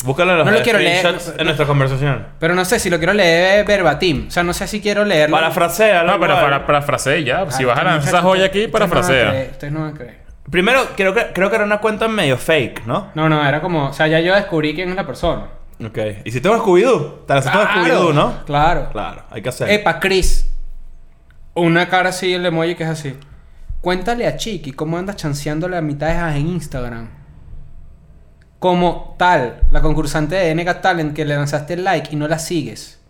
Speaker 3: Búscalo en los
Speaker 4: No lo quiero leer, no,
Speaker 3: screenshots en nuestra conversación.
Speaker 4: Pero no sé si lo quiero leer verbatim. O sea, no sé si quiero leerlo.
Speaker 3: Parafrasea.
Speaker 2: No, pero para, parafrasea ya.
Speaker 4: Ah,
Speaker 2: si vas a
Speaker 4: ustedes,
Speaker 2: lanzar
Speaker 4: muchachos,
Speaker 2: esa joya
Speaker 4: ustedes-
Speaker 2: aquí,
Speaker 4: ustedes no me creen,
Speaker 2: parafrasea.
Speaker 4: Ustedes no me creen.
Speaker 3: Primero, creo que, creo que era una cuenta medio fake, ¿no?
Speaker 4: No, no, era como. O sea, ya yo descubrí quién es la persona.
Speaker 3: Ok. ¿Y si tengo Scooby-Doo? Te lanzaste un Scooby-Doo, ¿no?
Speaker 4: Claro.
Speaker 3: Claro, hay que hacerlo.
Speaker 4: Epa, Chris. Una cara así, el emoji que es así. Cuéntale a Chiqui cómo andas chanceándole a mitades en Instagram. Como tal, la concursante de NK Talent que le lanzaste el like y no la sigues.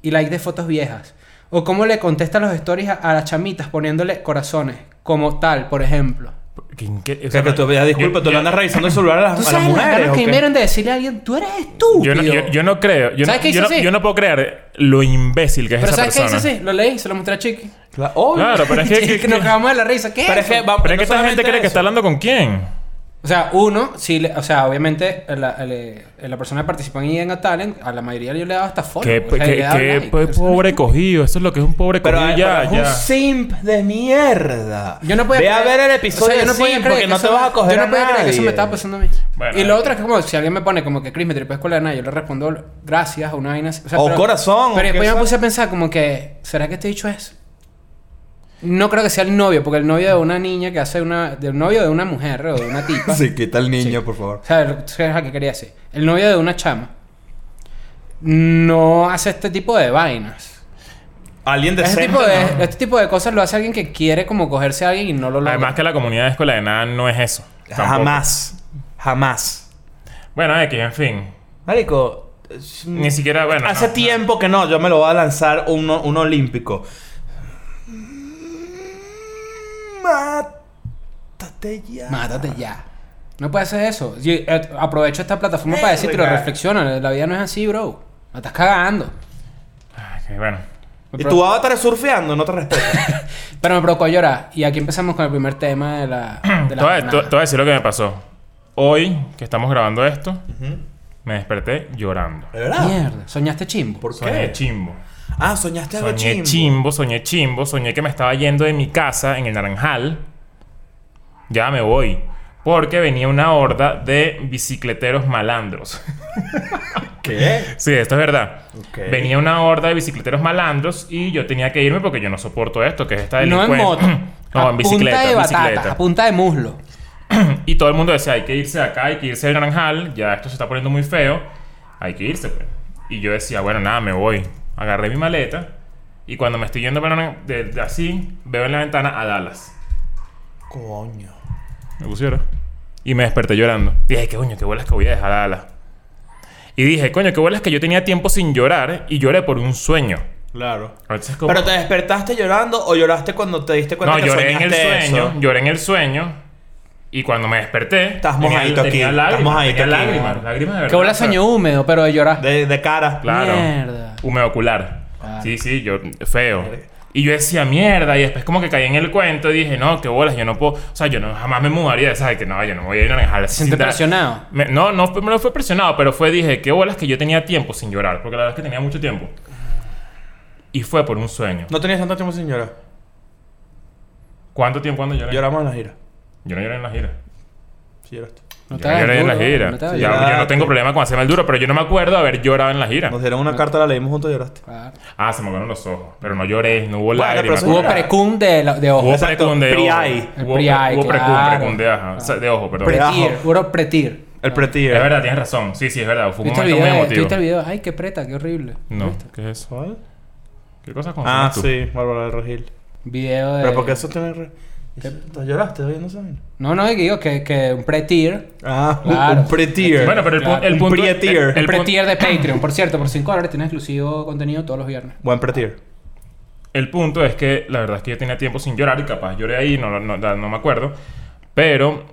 Speaker 4: Y like de fotos viejas. O cómo le contestas los stories a, a las chamitas poniéndole corazones. Como tal, por ejemplo.
Speaker 2: ¿Qué- qué- o
Speaker 3: O
Speaker 2: sea,
Speaker 3: sea, que tú, ya, disculpa,
Speaker 2: yo-
Speaker 3: tú le
Speaker 2: yo-
Speaker 3: andas revisando el celular a las,
Speaker 4: ¿Tú
Speaker 3: a las
Speaker 4: sabes las
Speaker 3: mujeres.
Speaker 4: ganas
Speaker 3: ¿o
Speaker 4: que
Speaker 3: qué?
Speaker 4: me dieron de decirle a alguien, tú eres estúpido?
Speaker 2: Yo no, yo, yo no creo. Yo, no,
Speaker 4: ¿Sabes qué
Speaker 2: yo,
Speaker 4: hizo
Speaker 2: no,
Speaker 4: así?
Speaker 2: yo no puedo creer lo imbécil que es
Speaker 4: Pero
Speaker 2: esa
Speaker 4: ¿sabes qué
Speaker 2: persona.
Speaker 4: hice? Sí, lo leí, se lo mostré a Chiqui.
Speaker 3: Claro, obvio.
Speaker 2: Claro, pero es que. que-
Speaker 4: Chiqui, nos cagamos de la risa. ¿Qué
Speaker 3: Pero es
Speaker 4: eso?
Speaker 3: que va-
Speaker 2: pero es
Speaker 3: no
Speaker 2: que esta gente
Speaker 3: solamente
Speaker 2: cree que
Speaker 3: eso.
Speaker 2: está hablando con quién.
Speaker 4: O sea, uno, sí, le- o sea, obviamente la, el- la persona que participó en IDN Talent, a la mayoría yo le daba hasta follow.
Speaker 2: Qué,
Speaker 4: o
Speaker 3: pues,
Speaker 4: sea,
Speaker 2: qué-
Speaker 4: le daba
Speaker 2: qué
Speaker 4: like.
Speaker 2: po-
Speaker 4: O sea,
Speaker 2: pues, pobre cogido. Eso es lo que es un pobre
Speaker 3: Pero,
Speaker 2: cogido.
Speaker 3: eh,
Speaker 2: ya,
Speaker 3: pero
Speaker 2: ya.
Speaker 3: es un simp de mierda.
Speaker 4: Yo no podía
Speaker 3: Ve a
Speaker 4: creer-
Speaker 3: ver el
Speaker 4: o
Speaker 3: episodio
Speaker 4: sea,
Speaker 3: de
Speaker 4: yo no podía
Speaker 3: simp
Speaker 4: creer
Speaker 3: porque
Speaker 4: que
Speaker 3: no
Speaker 4: eso
Speaker 3: te
Speaker 4: me-
Speaker 3: vas a coger
Speaker 4: Yo
Speaker 3: a
Speaker 4: no podía creer que eso me
Speaker 3: nadie.
Speaker 4: estaba pasando a mí.
Speaker 2: Bueno,
Speaker 4: y lo
Speaker 2: eh.
Speaker 4: otro es que como si alguien me pone como que Chris me tripé escuela de nada, yo le respondo gracias a una vaina así. O, sea,
Speaker 3: O corazón, o
Speaker 4: Pero
Speaker 3: qué
Speaker 4: después yo me
Speaker 3: sea.
Speaker 4: puse a pensar como que, ¿será que este dicho es? No creo que sea el novio, porque el novio de una niña que hace una... Del novio de una mujer o de una tipa.
Speaker 5: Sí, quita el niño, por favor.
Speaker 4: O sea, lo- ¿sabes a qué quería decir? El novio de una chama no hace este tipo de vainas.
Speaker 3: Alguien decente.
Speaker 4: Este tipo de,
Speaker 3: ¿no?
Speaker 4: este tipo de cosas lo hace alguien que quiere como cogerse a alguien y no lo logra.
Speaker 2: Además que la comunidad de escuela de nada no es eso. tampoco.
Speaker 3: Jamás. Jamás.
Speaker 2: Bueno, X, en fin.
Speaker 3: Marico. es-
Speaker 2: Ni siquiera, bueno.
Speaker 3: Mm. Hace
Speaker 2: no,
Speaker 3: tiempo que no, yo me lo voy a lanzar uno, un olímpico. Mátate ya.
Speaker 4: Mátate ya. No puedes hacer eso. Yo, eh, aprovecho esta plataforma para decirte, pero
Speaker 3: Verga.
Speaker 4: reflexiona. La vida no es así, bro. La estás cagando.
Speaker 2: Ah, que bueno.
Speaker 3: Y tu avatar es surfeando, no te respeto.
Speaker 4: Pero me provocó llorar. Y aquí empezamos con el primer tema de la... De
Speaker 2: Te
Speaker 4: la
Speaker 2: voy, a, te-
Speaker 4: jornada.
Speaker 2: te voy a decir lo que me pasó. Hoy, que estamos grabando esto, me desperté llorando.
Speaker 3: ¿De verdad?
Speaker 4: Mierda. ¿Soñaste chimbo?
Speaker 3: ¿Por
Speaker 2: Soñé
Speaker 3: qué?
Speaker 2: chimbo.
Speaker 3: Ah, soñaste algo
Speaker 2: Soñé
Speaker 3: chimbo.
Speaker 2: chimbo, soñé chimbo, soñé que me estaba yendo de mi casa en el Naranjal. Ya me voy. Porque venía una horda de bicicleteros malandros.
Speaker 3: ¿Qué?
Speaker 2: Sí, esto es verdad.
Speaker 3: Ok.
Speaker 2: Venía una horda de bicicleteros malandros y yo tenía que irme porque yo no soporto esto, que es esta
Speaker 4: No en
Speaker 2: delincuencia.
Speaker 4: moto.
Speaker 2: no,
Speaker 4: a
Speaker 2: en bicicleta,
Speaker 4: punta de
Speaker 2: en
Speaker 4: batata,
Speaker 2: bicicleta.
Speaker 4: a punta de muslo.
Speaker 2: Y todo el mundo decía, hay que irse de acá, hay que irse del Naranjal, ya esto se está poniendo muy feo, hay que irse. pues". Y yo decía, bueno, nada, me voy. Agarré mi maleta y cuando me estoy yendo para Naran- de, de así, veo en la ventana a Dallas.
Speaker 3: Coño.
Speaker 2: Me pusieron. Y me desperté llorando. Dije, qué coño, qué bolas que voy a dejar a Dallas. Y dije, coño, qué bolas que yo tenía tiempo sin llorar y lloré por un sueño.
Speaker 3: Claro.
Speaker 2: Entonces, como-
Speaker 3: ¿Pero te despertaste llorando o lloraste cuando te diste cuenta
Speaker 2: No,
Speaker 3: que
Speaker 2: lloré en el
Speaker 3: soñaste
Speaker 2: sueño,
Speaker 3: eso?
Speaker 2: lloré en el sueño. Y cuando me desperté,
Speaker 3: Estás
Speaker 2: tenía-
Speaker 3: mojadito
Speaker 2: tenía
Speaker 3: aquí,
Speaker 2: lágrimas,
Speaker 3: estás mojadito
Speaker 2: tenía
Speaker 3: aquí.
Speaker 2: lágrimas, lágrimas de verdad.
Speaker 4: Que bola
Speaker 2: o sea,
Speaker 4: sueño húmedo, pero de llorar.
Speaker 3: De, de cara.
Speaker 2: Claro.
Speaker 4: Mierda.
Speaker 2: Hume ocular.
Speaker 4: Claro.
Speaker 2: Sí, sí, yo feo. Y yo decía mierda y después como que caí en el cuento y dije, "No, qué bolas, yo no puedo, o sea, yo no jamás me mudaría de esa que no, yo no me voy a ir a Naranjal." sin
Speaker 4: sientes
Speaker 2: dar-
Speaker 4: presionado?
Speaker 2: Me- no, no fue, no fue presionado, pero fue dije, "Qué bolas que yo tenía tiempo sin llorar", porque la verdad es que tenía mucho tiempo. Y fue por un sueño.
Speaker 3: No tenías tanto tiempo sin llorar.
Speaker 2: ¿Cuánto tiempo ando llorando?
Speaker 3: Lloramos en la gira.
Speaker 2: Yo no lloré en la gira.
Speaker 3: Sí, lloraste.
Speaker 4: No te
Speaker 2: Yo
Speaker 4: hagas
Speaker 2: lloré en la
Speaker 4: duro,
Speaker 2: gira.
Speaker 4: no te hagas
Speaker 2: yo,
Speaker 3: duro.
Speaker 2: yo no tengo problema con hacerme el duro, pero yo no me acuerdo haber llorado en la gira.
Speaker 3: Nos dieron una carta, la leímos juntos y lloraste.
Speaker 4: Claro.
Speaker 2: Ah, se me acuerdan los ojos. Pero no lloré, no hubo
Speaker 3: Bueno,
Speaker 2: lágrimas.
Speaker 3: pero
Speaker 4: Hubo
Speaker 3: eso-
Speaker 2: Hubo
Speaker 4: precum de, la- de ojo.
Speaker 2: Hubo
Speaker 3: Exacto,
Speaker 2: precum de
Speaker 3: priai.
Speaker 2: ojo. Hubo,
Speaker 4: Priai,
Speaker 2: hubo precum,
Speaker 4: claro.
Speaker 2: precum de, ajá, o sea, de ojo, perdón.
Speaker 3: Priai.
Speaker 4: Pretir. Hubo pretir.
Speaker 3: El pretty.
Speaker 2: Ah. Es verdad, tienes razón. Sí, sí, es verdad. Fue un
Speaker 4: ¿Viste el,
Speaker 2: momento muy
Speaker 4: video,
Speaker 2: emotivo.
Speaker 4: ¿Viste el video? Ay, qué preta, qué horrible.
Speaker 2: No, ¿qué es eso? ¿Qué cosas con
Speaker 3: Ah, sí, Bárbara del Regil.
Speaker 4: Video de...
Speaker 3: Pero porque eso tiene. re- ¿Te lloraste oyendo esa vaina?
Speaker 4: No, no, digo que, que un pre-tier.
Speaker 3: Ah, un-
Speaker 4: Claro.
Speaker 3: un pre-tier.
Speaker 2: Bueno, pero el, pu-
Speaker 4: Claro.
Speaker 2: el
Speaker 3: Un
Speaker 2: punto...
Speaker 3: prietier.
Speaker 2: el- el
Speaker 4: El
Speaker 2: pun-
Speaker 4: pre-tier de Patreon, por cierto, por 5 dólares tienes exclusivo contenido todos los viernes.
Speaker 3: Buen pre-tier.
Speaker 2: El punto es que la verdad es que yo tenía tiempo sin llorar y capaz lloré ahí, no, no, no- no me acuerdo. Pero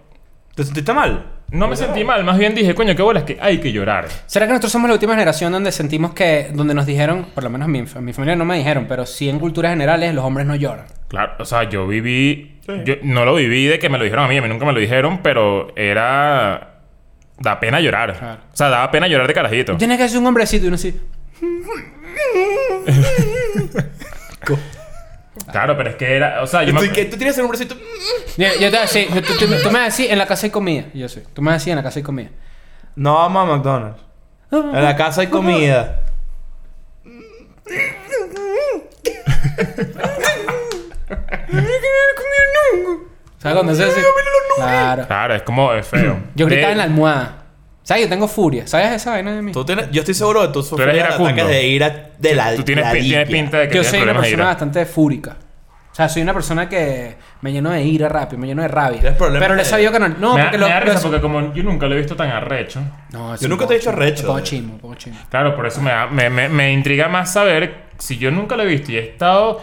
Speaker 3: ¿Te sentiste mal?
Speaker 2: no me sentí mal, más bien dije, coño, qué bolas que hay que llorar.
Speaker 4: ¿Será que nosotros somos la última generación donde sentimos que, donde nos dijeron, por lo menos mi, fa- mi familia no me dijeron, pero sí en culturas generales los hombres no lloran?
Speaker 2: Claro, o sea, yo viví.
Speaker 3: Sí.
Speaker 2: Yo no lo viví de que me lo dijeron a mí, a mí nunca me lo dijeron, pero era. Da pena llorar.
Speaker 4: Claro.
Speaker 2: O sea, daba pena llorar de carajito.
Speaker 4: Tienes que ser un hombrecito y uno así.
Speaker 2: Claro, pero es que era. O sea, yo me.
Speaker 3: Tú, que tú tienes el hombrecito. mm.
Speaker 4: Yo, yo te así, yo- tú, tú me- tú me decís en la casa hay comida. Y Yo sí. Tú me decís en la casa hay comida. Ah,
Speaker 3: No vamos a McDonald's. En Ah, la casa hay comida.
Speaker 4: ¿Sabes
Speaker 3: Ah,
Speaker 4: cuando se hace? Claro.
Speaker 2: Claro, es como. Es feo.
Speaker 4: Yo
Speaker 2: De-
Speaker 4: gritaba en la almohada. ¿Sabes? Yo tengo furia. ¿Sabes esa vaena de mí?
Speaker 3: Tú tienes, yo estoy seguro de que tú sufres
Speaker 2: eres iracundo.
Speaker 3: ataques de ira de la
Speaker 2: Tú tienes, pin-
Speaker 3: ladilla.
Speaker 2: tienes pinta de que
Speaker 4: Yo
Speaker 2: tienes
Speaker 4: soy una
Speaker 2: problemas de
Speaker 4: persona
Speaker 2: ira.
Speaker 4: bastante fúrica. O sea, soy una persona que me lleno de ira rápido, me lleno de rabia.
Speaker 3: Tienes problemas
Speaker 4: Pero le he
Speaker 3: de-
Speaker 4: sabido que no. No,
Speaker 2: me, da-
Speaker 4: porque
Speaker 2: me
Speaker 4: lo.
Speaker 2: da
Speaker 4: lo-
Speaker 2: risa porque como yo nunca lo he visto tan arrecho.
Speaker 4: No, sí,
Speaker 3: Yo nunca
Speaker 4: un
Speaker 3: te he
Speaker 4: poco-
Speaker 3: dicho recho,
Speaker 4: Un poco
Speaker 3: eh.
Speaker 4: chimo, un poco chimo.
Speaker 2: Claro, por eso me, da- me, me, me intriga más saber si yo nunca lo he visto y he estado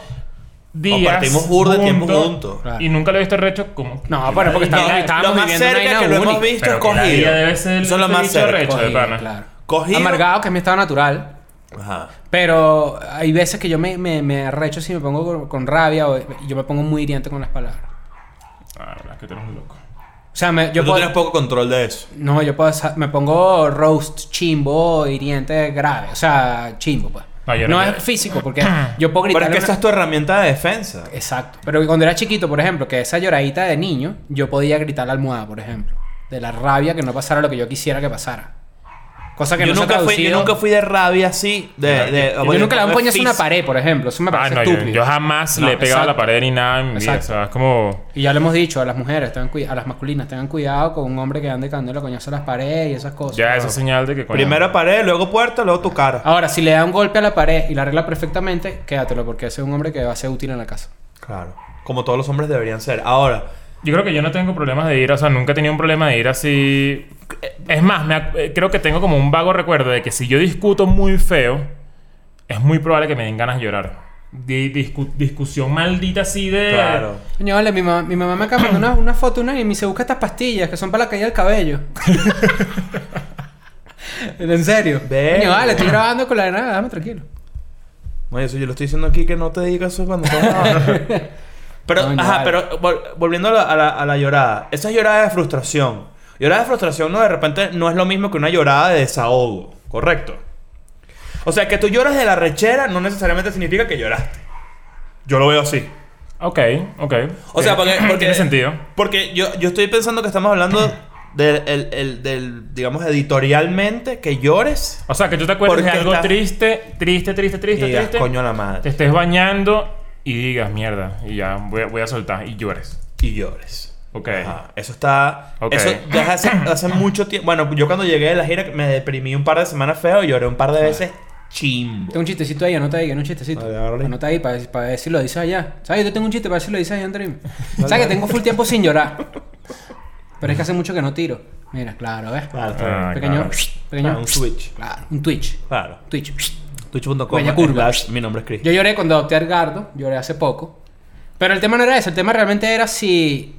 Speaker 2: días.
Speaker 3: Compartimos burda de tiempo juntos.
Speaker 2: Y nunca lo he visto arrecho como.
Speaker 4: No, bueno, porque
Speaker 2: Pero
Speaker 4: estábamos,
Speaker 3: Lo
Speaker 4: estábamos
Speaker 3: más
Speaker 4: viviendo
Speaker 3: cerca
Speaker 4: una
Speaker 3: que lo
Speaker 4: vaina
Speaker 3: hemos
Speaker 4: única.
Speaker 3: visto es
Speaker 2: que la
Speaker 3: cogido.
Speaker 2: vida debe ser
Speaker 3: Eso es lo
Speaker 2: este
Speaker 3: más
Speaker 2: bicho
Speaker 3: cerca.
Speaker 2: arrecho. de
Speaker 4: Cogido,
Speaker 2: pana.
Speaker 4: claro.
Speaker 3: Cogido.
Speaker 4: Amargado, que es mi estado natural.
Speaker 3: Ajá.
Speaker 4: Pero hay veces que yo me, me, me arrecho si me pongo con, con rabia o yo me pongo muy hiriente con las palabras.
Speaker 2: Ah, la verdad es que tú eres un loco.
Speaker 4: O sea, me- yo
Speaker 3: Pero tú
Speaker 4: puedo...
Speaker 3: tienes poco control de eso.
Speaker 4: No, yo puedo... sa- Me pongo roast, chimbo, hiriente, grave. O sea, chimbo, pues.
Speaker 2: No,
Speaker 4: No,
Speaker 2: yo no-
Speaker 4: es físico, porque yo puedo
Speaker 3: Pero
Speaker 4: gritar...
Speaker 3: es que esa es tu herramienta de defensa.
Speaker 4: Exacto. Pero cuando era chiquito, por ejemplo, que esa lloradita de niño, yo podía gritar la almohada, por ejemplo. De la rabia que no pasara lo que yo quisiera que pasara. Cosa que
Speaker 3: Yo
Speaker 4: no se
Speaker 3: nunca,
Speaker 4: ha
Speaker 3: fui, yo
Speaker 4: traducido-
Speaker 3: nunca fui de rabia así. De, de,
Speaker 4: Yo nunca le
Speaker 3: de
Speaker 4: voy a poner una
Speaker 3: fis-
Speaker 4: pared, por ejemplo. Eso me
Speaker 2: Ah,
Speaker 4: parece
Speaker 2: no, yo,
Speaker 4: estúpido.
Speaker 2: yo jamás
Speaker 4: No,
Speaker 2: le he pegado a la
Speaker 4: exacto.
Speaker 2: pared ni nada en mi vida. O
Speaker 4: Exacto.
Speaker 2: sea, es como.
Speaker 4: Y ya lo hemos dicho a las mujeres, tengan cuida- a las masculinas, tengan cuidado con un hombre que ande candela coñazo a las paredes y esas cosas.
Speaker 2: Ya esa señal de que. coño,
Speaker 3: Primero pared, luego puerta, luego tu cara.
Speaker 2: Ah.
Speaker 4: Ahora, si le da un golpe a la pared y la arregla perfectamente, quédatelo porque ese es un hombre que va a ser útil en la casa.
Speaker 3: Claro. Como todos los hombres deberían ser. Ahora,
Speaker 2: Yo creo que yo no tengo problemas de ira, o sea, nunca he tenido un problema de ira así. Es más, me ac- eh, creo que tengo como un vago recuerdo de que si yo discuto muy feo, es muy probable que me den ganas de llorar. Di- discu- discusión maldita así de.
Speaker 3: claro.
Speaker 4: Coño, vale, mi mamá, mi mamá me acaba de mandar una, una foto una, y me dice, busca estas pastillas que son para la caída del cabello. en serio.
Speaker 3: Verga.
Speaker 4: Coño, vale, estoy grabando con la de nada, dame tranquilo.
Speaker 3: No, eso yo lo estoy diciendo aquí que no te digas eso cuando estás grabando. Pero,
Speaker 4: Coño,
Speaker 3: ajá,
Speaker 4: vale.
Speaker 3: pero vol- volviendo a la, a la- a la llorada. Esa es llorada de frustración. Llorada de frustración no de repente no es lo mismo que una llorada de desahogo, ¿correcto? O sea, que tú lloras de la rechera no necesariamente significa que lloraste. Yo lo veo así.
Speaker 2: Ok, ok.
Speaker 3: O sea, porque, porque-
Speaker 2: Tiene sentido.
Speaker 3: Porque yo, yo estoy pensando que estamos hablando del, el- el- del, digamos, editorialmente, que llores
Speaker 2: O sea, que tú te acuerdas de
Speaker 3: Porque
Speaker 2: algo
Speaker 3: estás-
Speaker 2: triste, triste, triste,
Speaker 3: y
Speaker 2: triste,
Speaker 3: digas,
Speaker 2: triste.
Speaker 3: coño a la
Speaker 2: Te
Speaker 3: madre.
Speaker 2: estés bañando y digas mierda. Y ya, voy, a- voy a soltar y llores.
Speaker 3: Y llores.
Speaker 2: Ok.
Speaker 3: Ajá, Eso está.
Speaker 2: Ok.
Speaker 3: Eso ya hace, hace mucho tiempo. Bueno, yo cuando llegué de la gira me deprimí un par de semanas feo y lloré un par de veces
Speaker 4: Tengo
Speaker 3: chimbo.
Speaker 4: un chistecito ahí, anota ahí, que no un chistecito.
Speaker 3: Dale, dale.
Speaker 4: Anota ahí para, para ver si lo dices allá. ¿Sabes? Yo tengo un chiste para ver si lo dices allá, Andrín. ¿Sabes que tengo full tiempo sin llorar? Pero es que hace mucho que no tiro. Mira, claro, ¿ves?
Speaker 3: Claro, está bien.
Speaker 2: Ah,
Speaker 4: Pequeño,
Speaker 2: claro.
Speaker 4: pequeño.
Speaker 3: Ah, un switch.
Speaker 4: Claro, un Twitch.
Speaker 3: Claro.
Speaker 4: Twitch.
Speaker 3: Twitch.com.
Speaker 4: Pequeña curva.
Speaker 3: slash, Mi nombre es Chris.
Speaker 4: Yo lloré cuando adopté a Edgardo, lloré hace poco. Pero el tema no era eso, el tema realmente era si.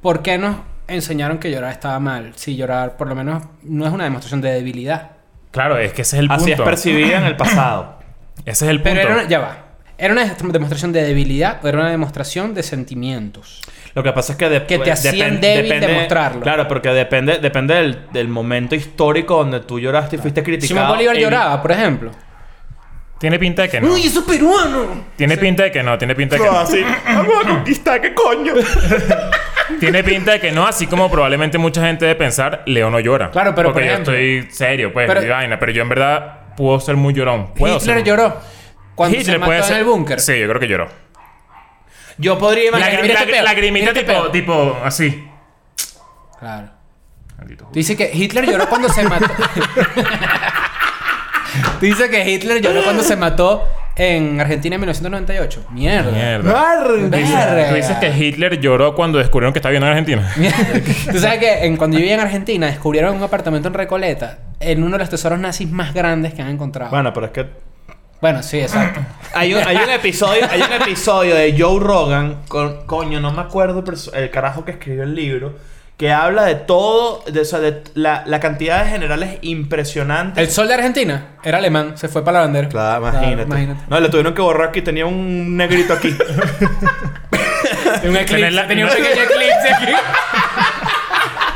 Speaker 4: ¿Por qué nos enseñaron que llorar estaba mal? Si llorar, por lo menos, no es una demostración de debilidad.
Speaker 2: Claro, es que ese es el punto.
Speaker 3: Así es percibida en el pasado.
Speaker 2: Ese es el punto.
Speaker 4: Pero era una, ya va. ¿Era una demostración de debilidad o era una demostración de sentimientos?
Speaker 3: Lo que pasa es que, de-
Speaker 4: Que te hacían
Speaker 3: depen-
Speaker 4: débil demostrarlo.
Speaker 3: Claro, porque depende, depende del, del momento histórico donde tú lloraste y fuiste criticado.
Speaker 4: Simón Bolívar
Speaker 3: y-
Speaker 4: lloraba, por ejemplo.
Speaker 2: Tiene pinta de que no.
Speaker 4: eso es peruano! "Ah,
Speaker 2: Tiene pinta de que no, tiene pinta de que no.
Speaker 3: Vamos a conquistar, ¿qué coño?
Speaker 2: tiene pinta de que no, así como probablemente mucha gente debe pensar, Leo no llora.
Speaker 4: Claro, pero,
Speaker 2: Porque
Speaker 4: por
Speaker 2: yo
Speaker 4: ejemplo-
Speaker 2: estoy serio, pues,
Speaker 4: Pero-
Speaker 2: y vaina, pero yo en verdad puedo ser muy llorón. Puedo
Speaker 4: Hitler
Speaker 2: ser-
Speaker 4: lloró cuando
Speaker 2: Hitler
Speaker 4: se mató
Speaker 2: puede
Speaker 4: en
Speaker 2: ser-
Speaker 4: el búnker.
Speaker 2: Sí, yo creo que lloró.
Speaker 3: Yo podría imaginar.
Speaker 2: Lagrim-
Speaker 4: mira este
Speaker 2: lag-
Speaker 4: peo,
Speaker 2: Lagrimita
Speaker 4: mira este
Speaker 2: tipo,
Speaker 4: peo.
Speaker 2: tipo, así.
Speaker 4: Claro.
Speaker 2: Maldito
Speaker 4: Tú dices que Hitler lloró cuando se mató. Tú dices que Hitler lloró cuando se mató en Argentina en 1998. Mierda.
Speaker 2: Mierda. Tú dices- Tú dices que Hitler lloró cuando descubrieron que estaba viendo en Argentina.
Speaker 4: Tú sabes que en- cuando yo vivía en Argentina descubrieron un apartamento en Recoleta en uno de los tesoros nazis más grandes que han encontrado. Bueno,
Speaker 3: Bueno, pero es que.
Speaker 4: sí, exacto.
Speaker 3: Hay un, hay un episodio, hay un episodio de Joe Rogan con coño, no me acuerdo el, perso- el carajo que escribió el libro, que habla de todo, de, o sea, de la, la cantidad de generales impresionantes.
Speaker 4: El sol de Argentina era alemán, se fue para la bandera.
Speaker 3: Claro, imagínate. No, lo tuvieron que borrar aquí, tenía un negrito aquí.
Speaker 4: Un eclipse,
Speaker 2: la-
Speaker 4: tenía un
Speaker 2: no-
Speaker 4: pequeño eclipse aquí.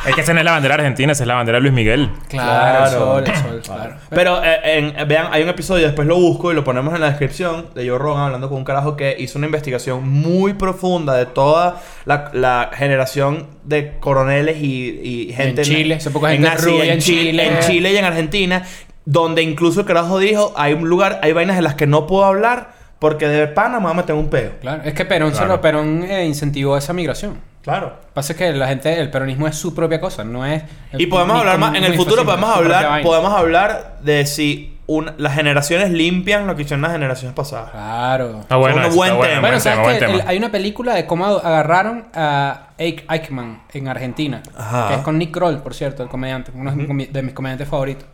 Speaker 2: Es que esa no es la bandera argentina, esa es la bandera de Luis Miguel.
Speaker 4: Claro, el sol,
Speaker 3: Claro.
Speaker 4: el sol, claro.
Speaker 3: Pero eh, en- eh, vean, hay un episodio, después lo busco y lo ponemos en la descripción de Joe Rogan hablando con un carajo que hizo una investigación muy profunda de toda la, la generación de coroneles y, y gente
Speaker 4: Chile, se poca gente
Speaker 3: nazi,
Speaker 4: rubia en
Speaker 3: Chi-
Speaker 4: Chile.
Speaker 3: en Chile y en Argentina, donde incluso el carajo dijo, hay un lugar, hay vainas de las que no puedo hablar porque de pana me voy a meter en un peo.
Speaker 4: Claro, es que Perón, se
Speaker 2: Claro.
Speaker 4: lo- Perón eh, incentivó esa migración.
Speaker 3: Claro.
Speaker 4: Lo que Pasa es que la gente, el peronismo es su propia cosa, no es.
Speaker 3: Y podemos
Speaker 4: ni
Speaker 3: hablar más, en
Speaker 4: comunismo,
Speaker 3: el
Speaker 4: ni
Speaker 3: futuro
Speaker 4: fascismo, es su propia
Speaker 3: podemos hablar,
Speaker 4: vaina.
Speaker 3: podemos hablar de si un- las generaciones limpian lo que hicieron las generaciones pasadas.
Speaker 4: Claro.
Speaker 2: Está bueno,
Speaker 3: Fue un
Speaker 2: eso,
Speaker 3: buen
Speaker 2: está bueno,
Speaker 3: tema.
Speaker 4: Bueno,
Speaker 2: buen
Speaker 4: ¿sabes
Speaker 2: tema, buen
Speaker 4: que
Speaker 2: tema.
Speaker 4: el- hay una película de cómo agarraron a Ike Eichmann en Argentina.
Speaker 3: Ajá.
Speaker 4: Que es con Nick Kroll, por cierto, el comediante. Uno de mis comi- de mis comediantes favoritos.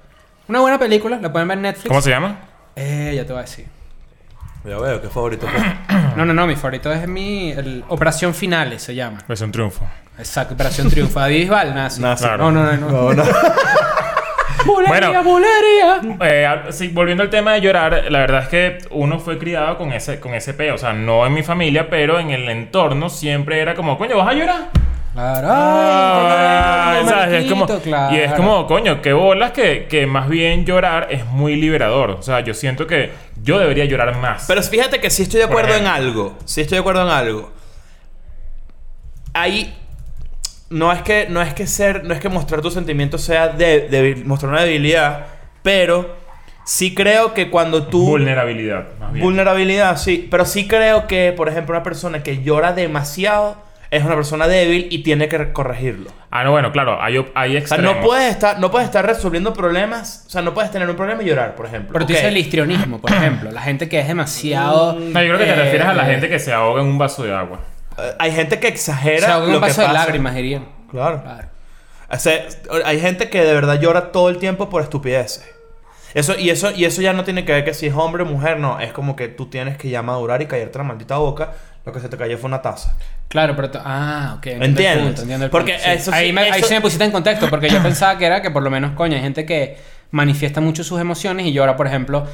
Speaker 4: Una buena película, la pueden ver en Netflix.
Speaker 2: ¿Cómo se llama?
Speaker 4: Eh, ya te voy a decir.
Speaker 3: Ya veo, qué favorito.
Speaker 4: No, no, no, mi favorito es mi. el- Operación Finales se llama.
Speaker 2: Es un triunfo.
Speaker 4: Exacto, Operación Triunfo. David Bisbal, nazi.
Speaker 3: Nazi.
Speaker 4: No, no, no. no. Bulería,
Speaker 2: Bueno.
Speaker 4: bulería.
Speaker 2: Eh, ah, sí, volviendo al tema de llorar, la verdad es que uno fue criado con ese, con ese peo. O sea, no en mi familia, pero en el entorno siempre era como, coño, ¿vas a llorar?
Speaker 4: Claro.
Speaker 2: Ah,
Speaker 4: ay,
Speaker 2: ¿sabes? Es como-
Speaker 4: Marquito, claro.
Speaker 2: Y es como, coño, qué bolas que, que más bien llorar es muy liberador. O sea, yo siento que yo debería llorar más.
Speaker 3: Pero fíjate que sí estoy de
Speaker 2: Por
Speaker 3: acuerdo en
Speaker 2: ejemplo.
Speaker 3: algo. Sí estoy de acuerdo en algo. Ahí. No es que, no es que ser. No es que mostrar tus sentimientos sea de, debil- mostrar una debilidad. Pero sí creo que cuando tú.
Speaker 2: Vulnerabilidad, más bien.
Speaker 3: Vulnerabilidad, sí. Pero sí creo que, por ejemplo, una persona que llora demasiado es una persona débil y tiene que corregirlo.
Speaker 2: ah, no, bueno, claro, hay, op- hay
Speaker 3: O sea,
Speaker 2: extremos.
Speaker 3: no puedes, estar, no puedes estar resolviendo problemas. O sea, no puedes tener un problema y llorar, por ejemplo.
Speaker 4: Pero tú
Speaker 3: Ok.
Speaker 4: dices el histrionismo, por ejemplo. La gente que es demasiado.
Speaker 2: No, yo creo que
Speaker 4: eh,
Speaker 2: te refieres a la gente que se ahoga en un vaso de agua.
Speaker 3: Eh, Hay gente que exagera.
Speaker 4: Se ahoga en
Speaker 3: lo
Speaker 4: un vaso
Speaker 3: que
Speaker 4: de
Speaker 3: pasa.
Speaker 4: lágrimas, dirían.
Speaker 3: Claro.
Speaker 4: Claro.
Speaker 3: O sea, hay gente que de verdad llora todo el tiempo por estupideces. Eso, y, eso, y eso ya no tiene que ver que si es hombre o mujer, no. Es como que tú tienes que ya madurar y callarte la maldita boca. Lo que se te cayó fue una taza.
Speaker 4: Claro, pero. to- Ah, ok. entiendo el
Speaker 3: ¿Entiendes?
Speaker 4: punto, entiendo el
Speaker 3: Porque
Speaker 4: punto, sí.
Speaker 3: eso sí-
Speaker 4: ahí, me, ahí
Speaker 3: eso-
Speaker 4: sí me pusiste en contexto, porque yo pensaba que era que por lo menos, coño, hay gente que manifiesta mucho sus emociones y llora, por ejemplo.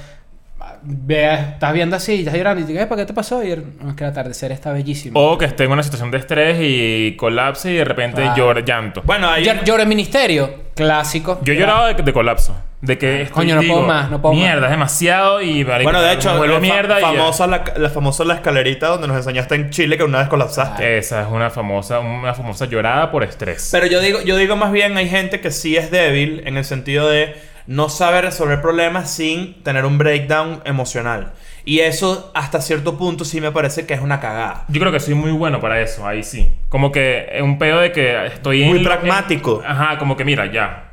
Speaker 4: Ve, estás viendo así, estás llorando y te dices, ¿para qué te pasó? Y no, es que el atardecer está bellísimo.
Speaker 2: O que esté en una situación de estrés y colapse y de repente
Speaker 4: Claro.
Speaker 2: llora llanto.
Speaker 3: Bueno, hay.
Speaker 4: Llor- Lloro en ministerio, clásico.
Speaker 2: Yo he llorado de, de colapso. De que estoy-
Speaker 4: Coño, no puedo más, no puedo más.
Speaker 2: Mierda, es demasiado y... marico,
Speaker 3: bueno, de
Speaker 2: me
Speaker 3: hecho,
Speaker 2: vuelvo
Speaker 3: la,
Speaker 2: mierda y ya.
Speaker 3: famosa la, la famosa la escalerita donde nos enseñaste en Chile que una vez colapsaste.
Speaker 2: Esa es una famosa, una famosa llorada por estrés.
Speaker 3: Pero yo digo, yo digo más bien hay gente que sí es débil en el sentido de no sabe resolver problemas sin tener un breakdown emocional. Y eso hasta cierto punto sí me parece que es una cagada.
Speaker 2: Yo creo que soy muy bueno para eso, ahí sí. Como que es un pedo de que estoy en...
Speaker 3: Muy
Speaker 2: lo-
Speaker 3: pragmático.
Speaker 2: en- ajá, como que mira, ya.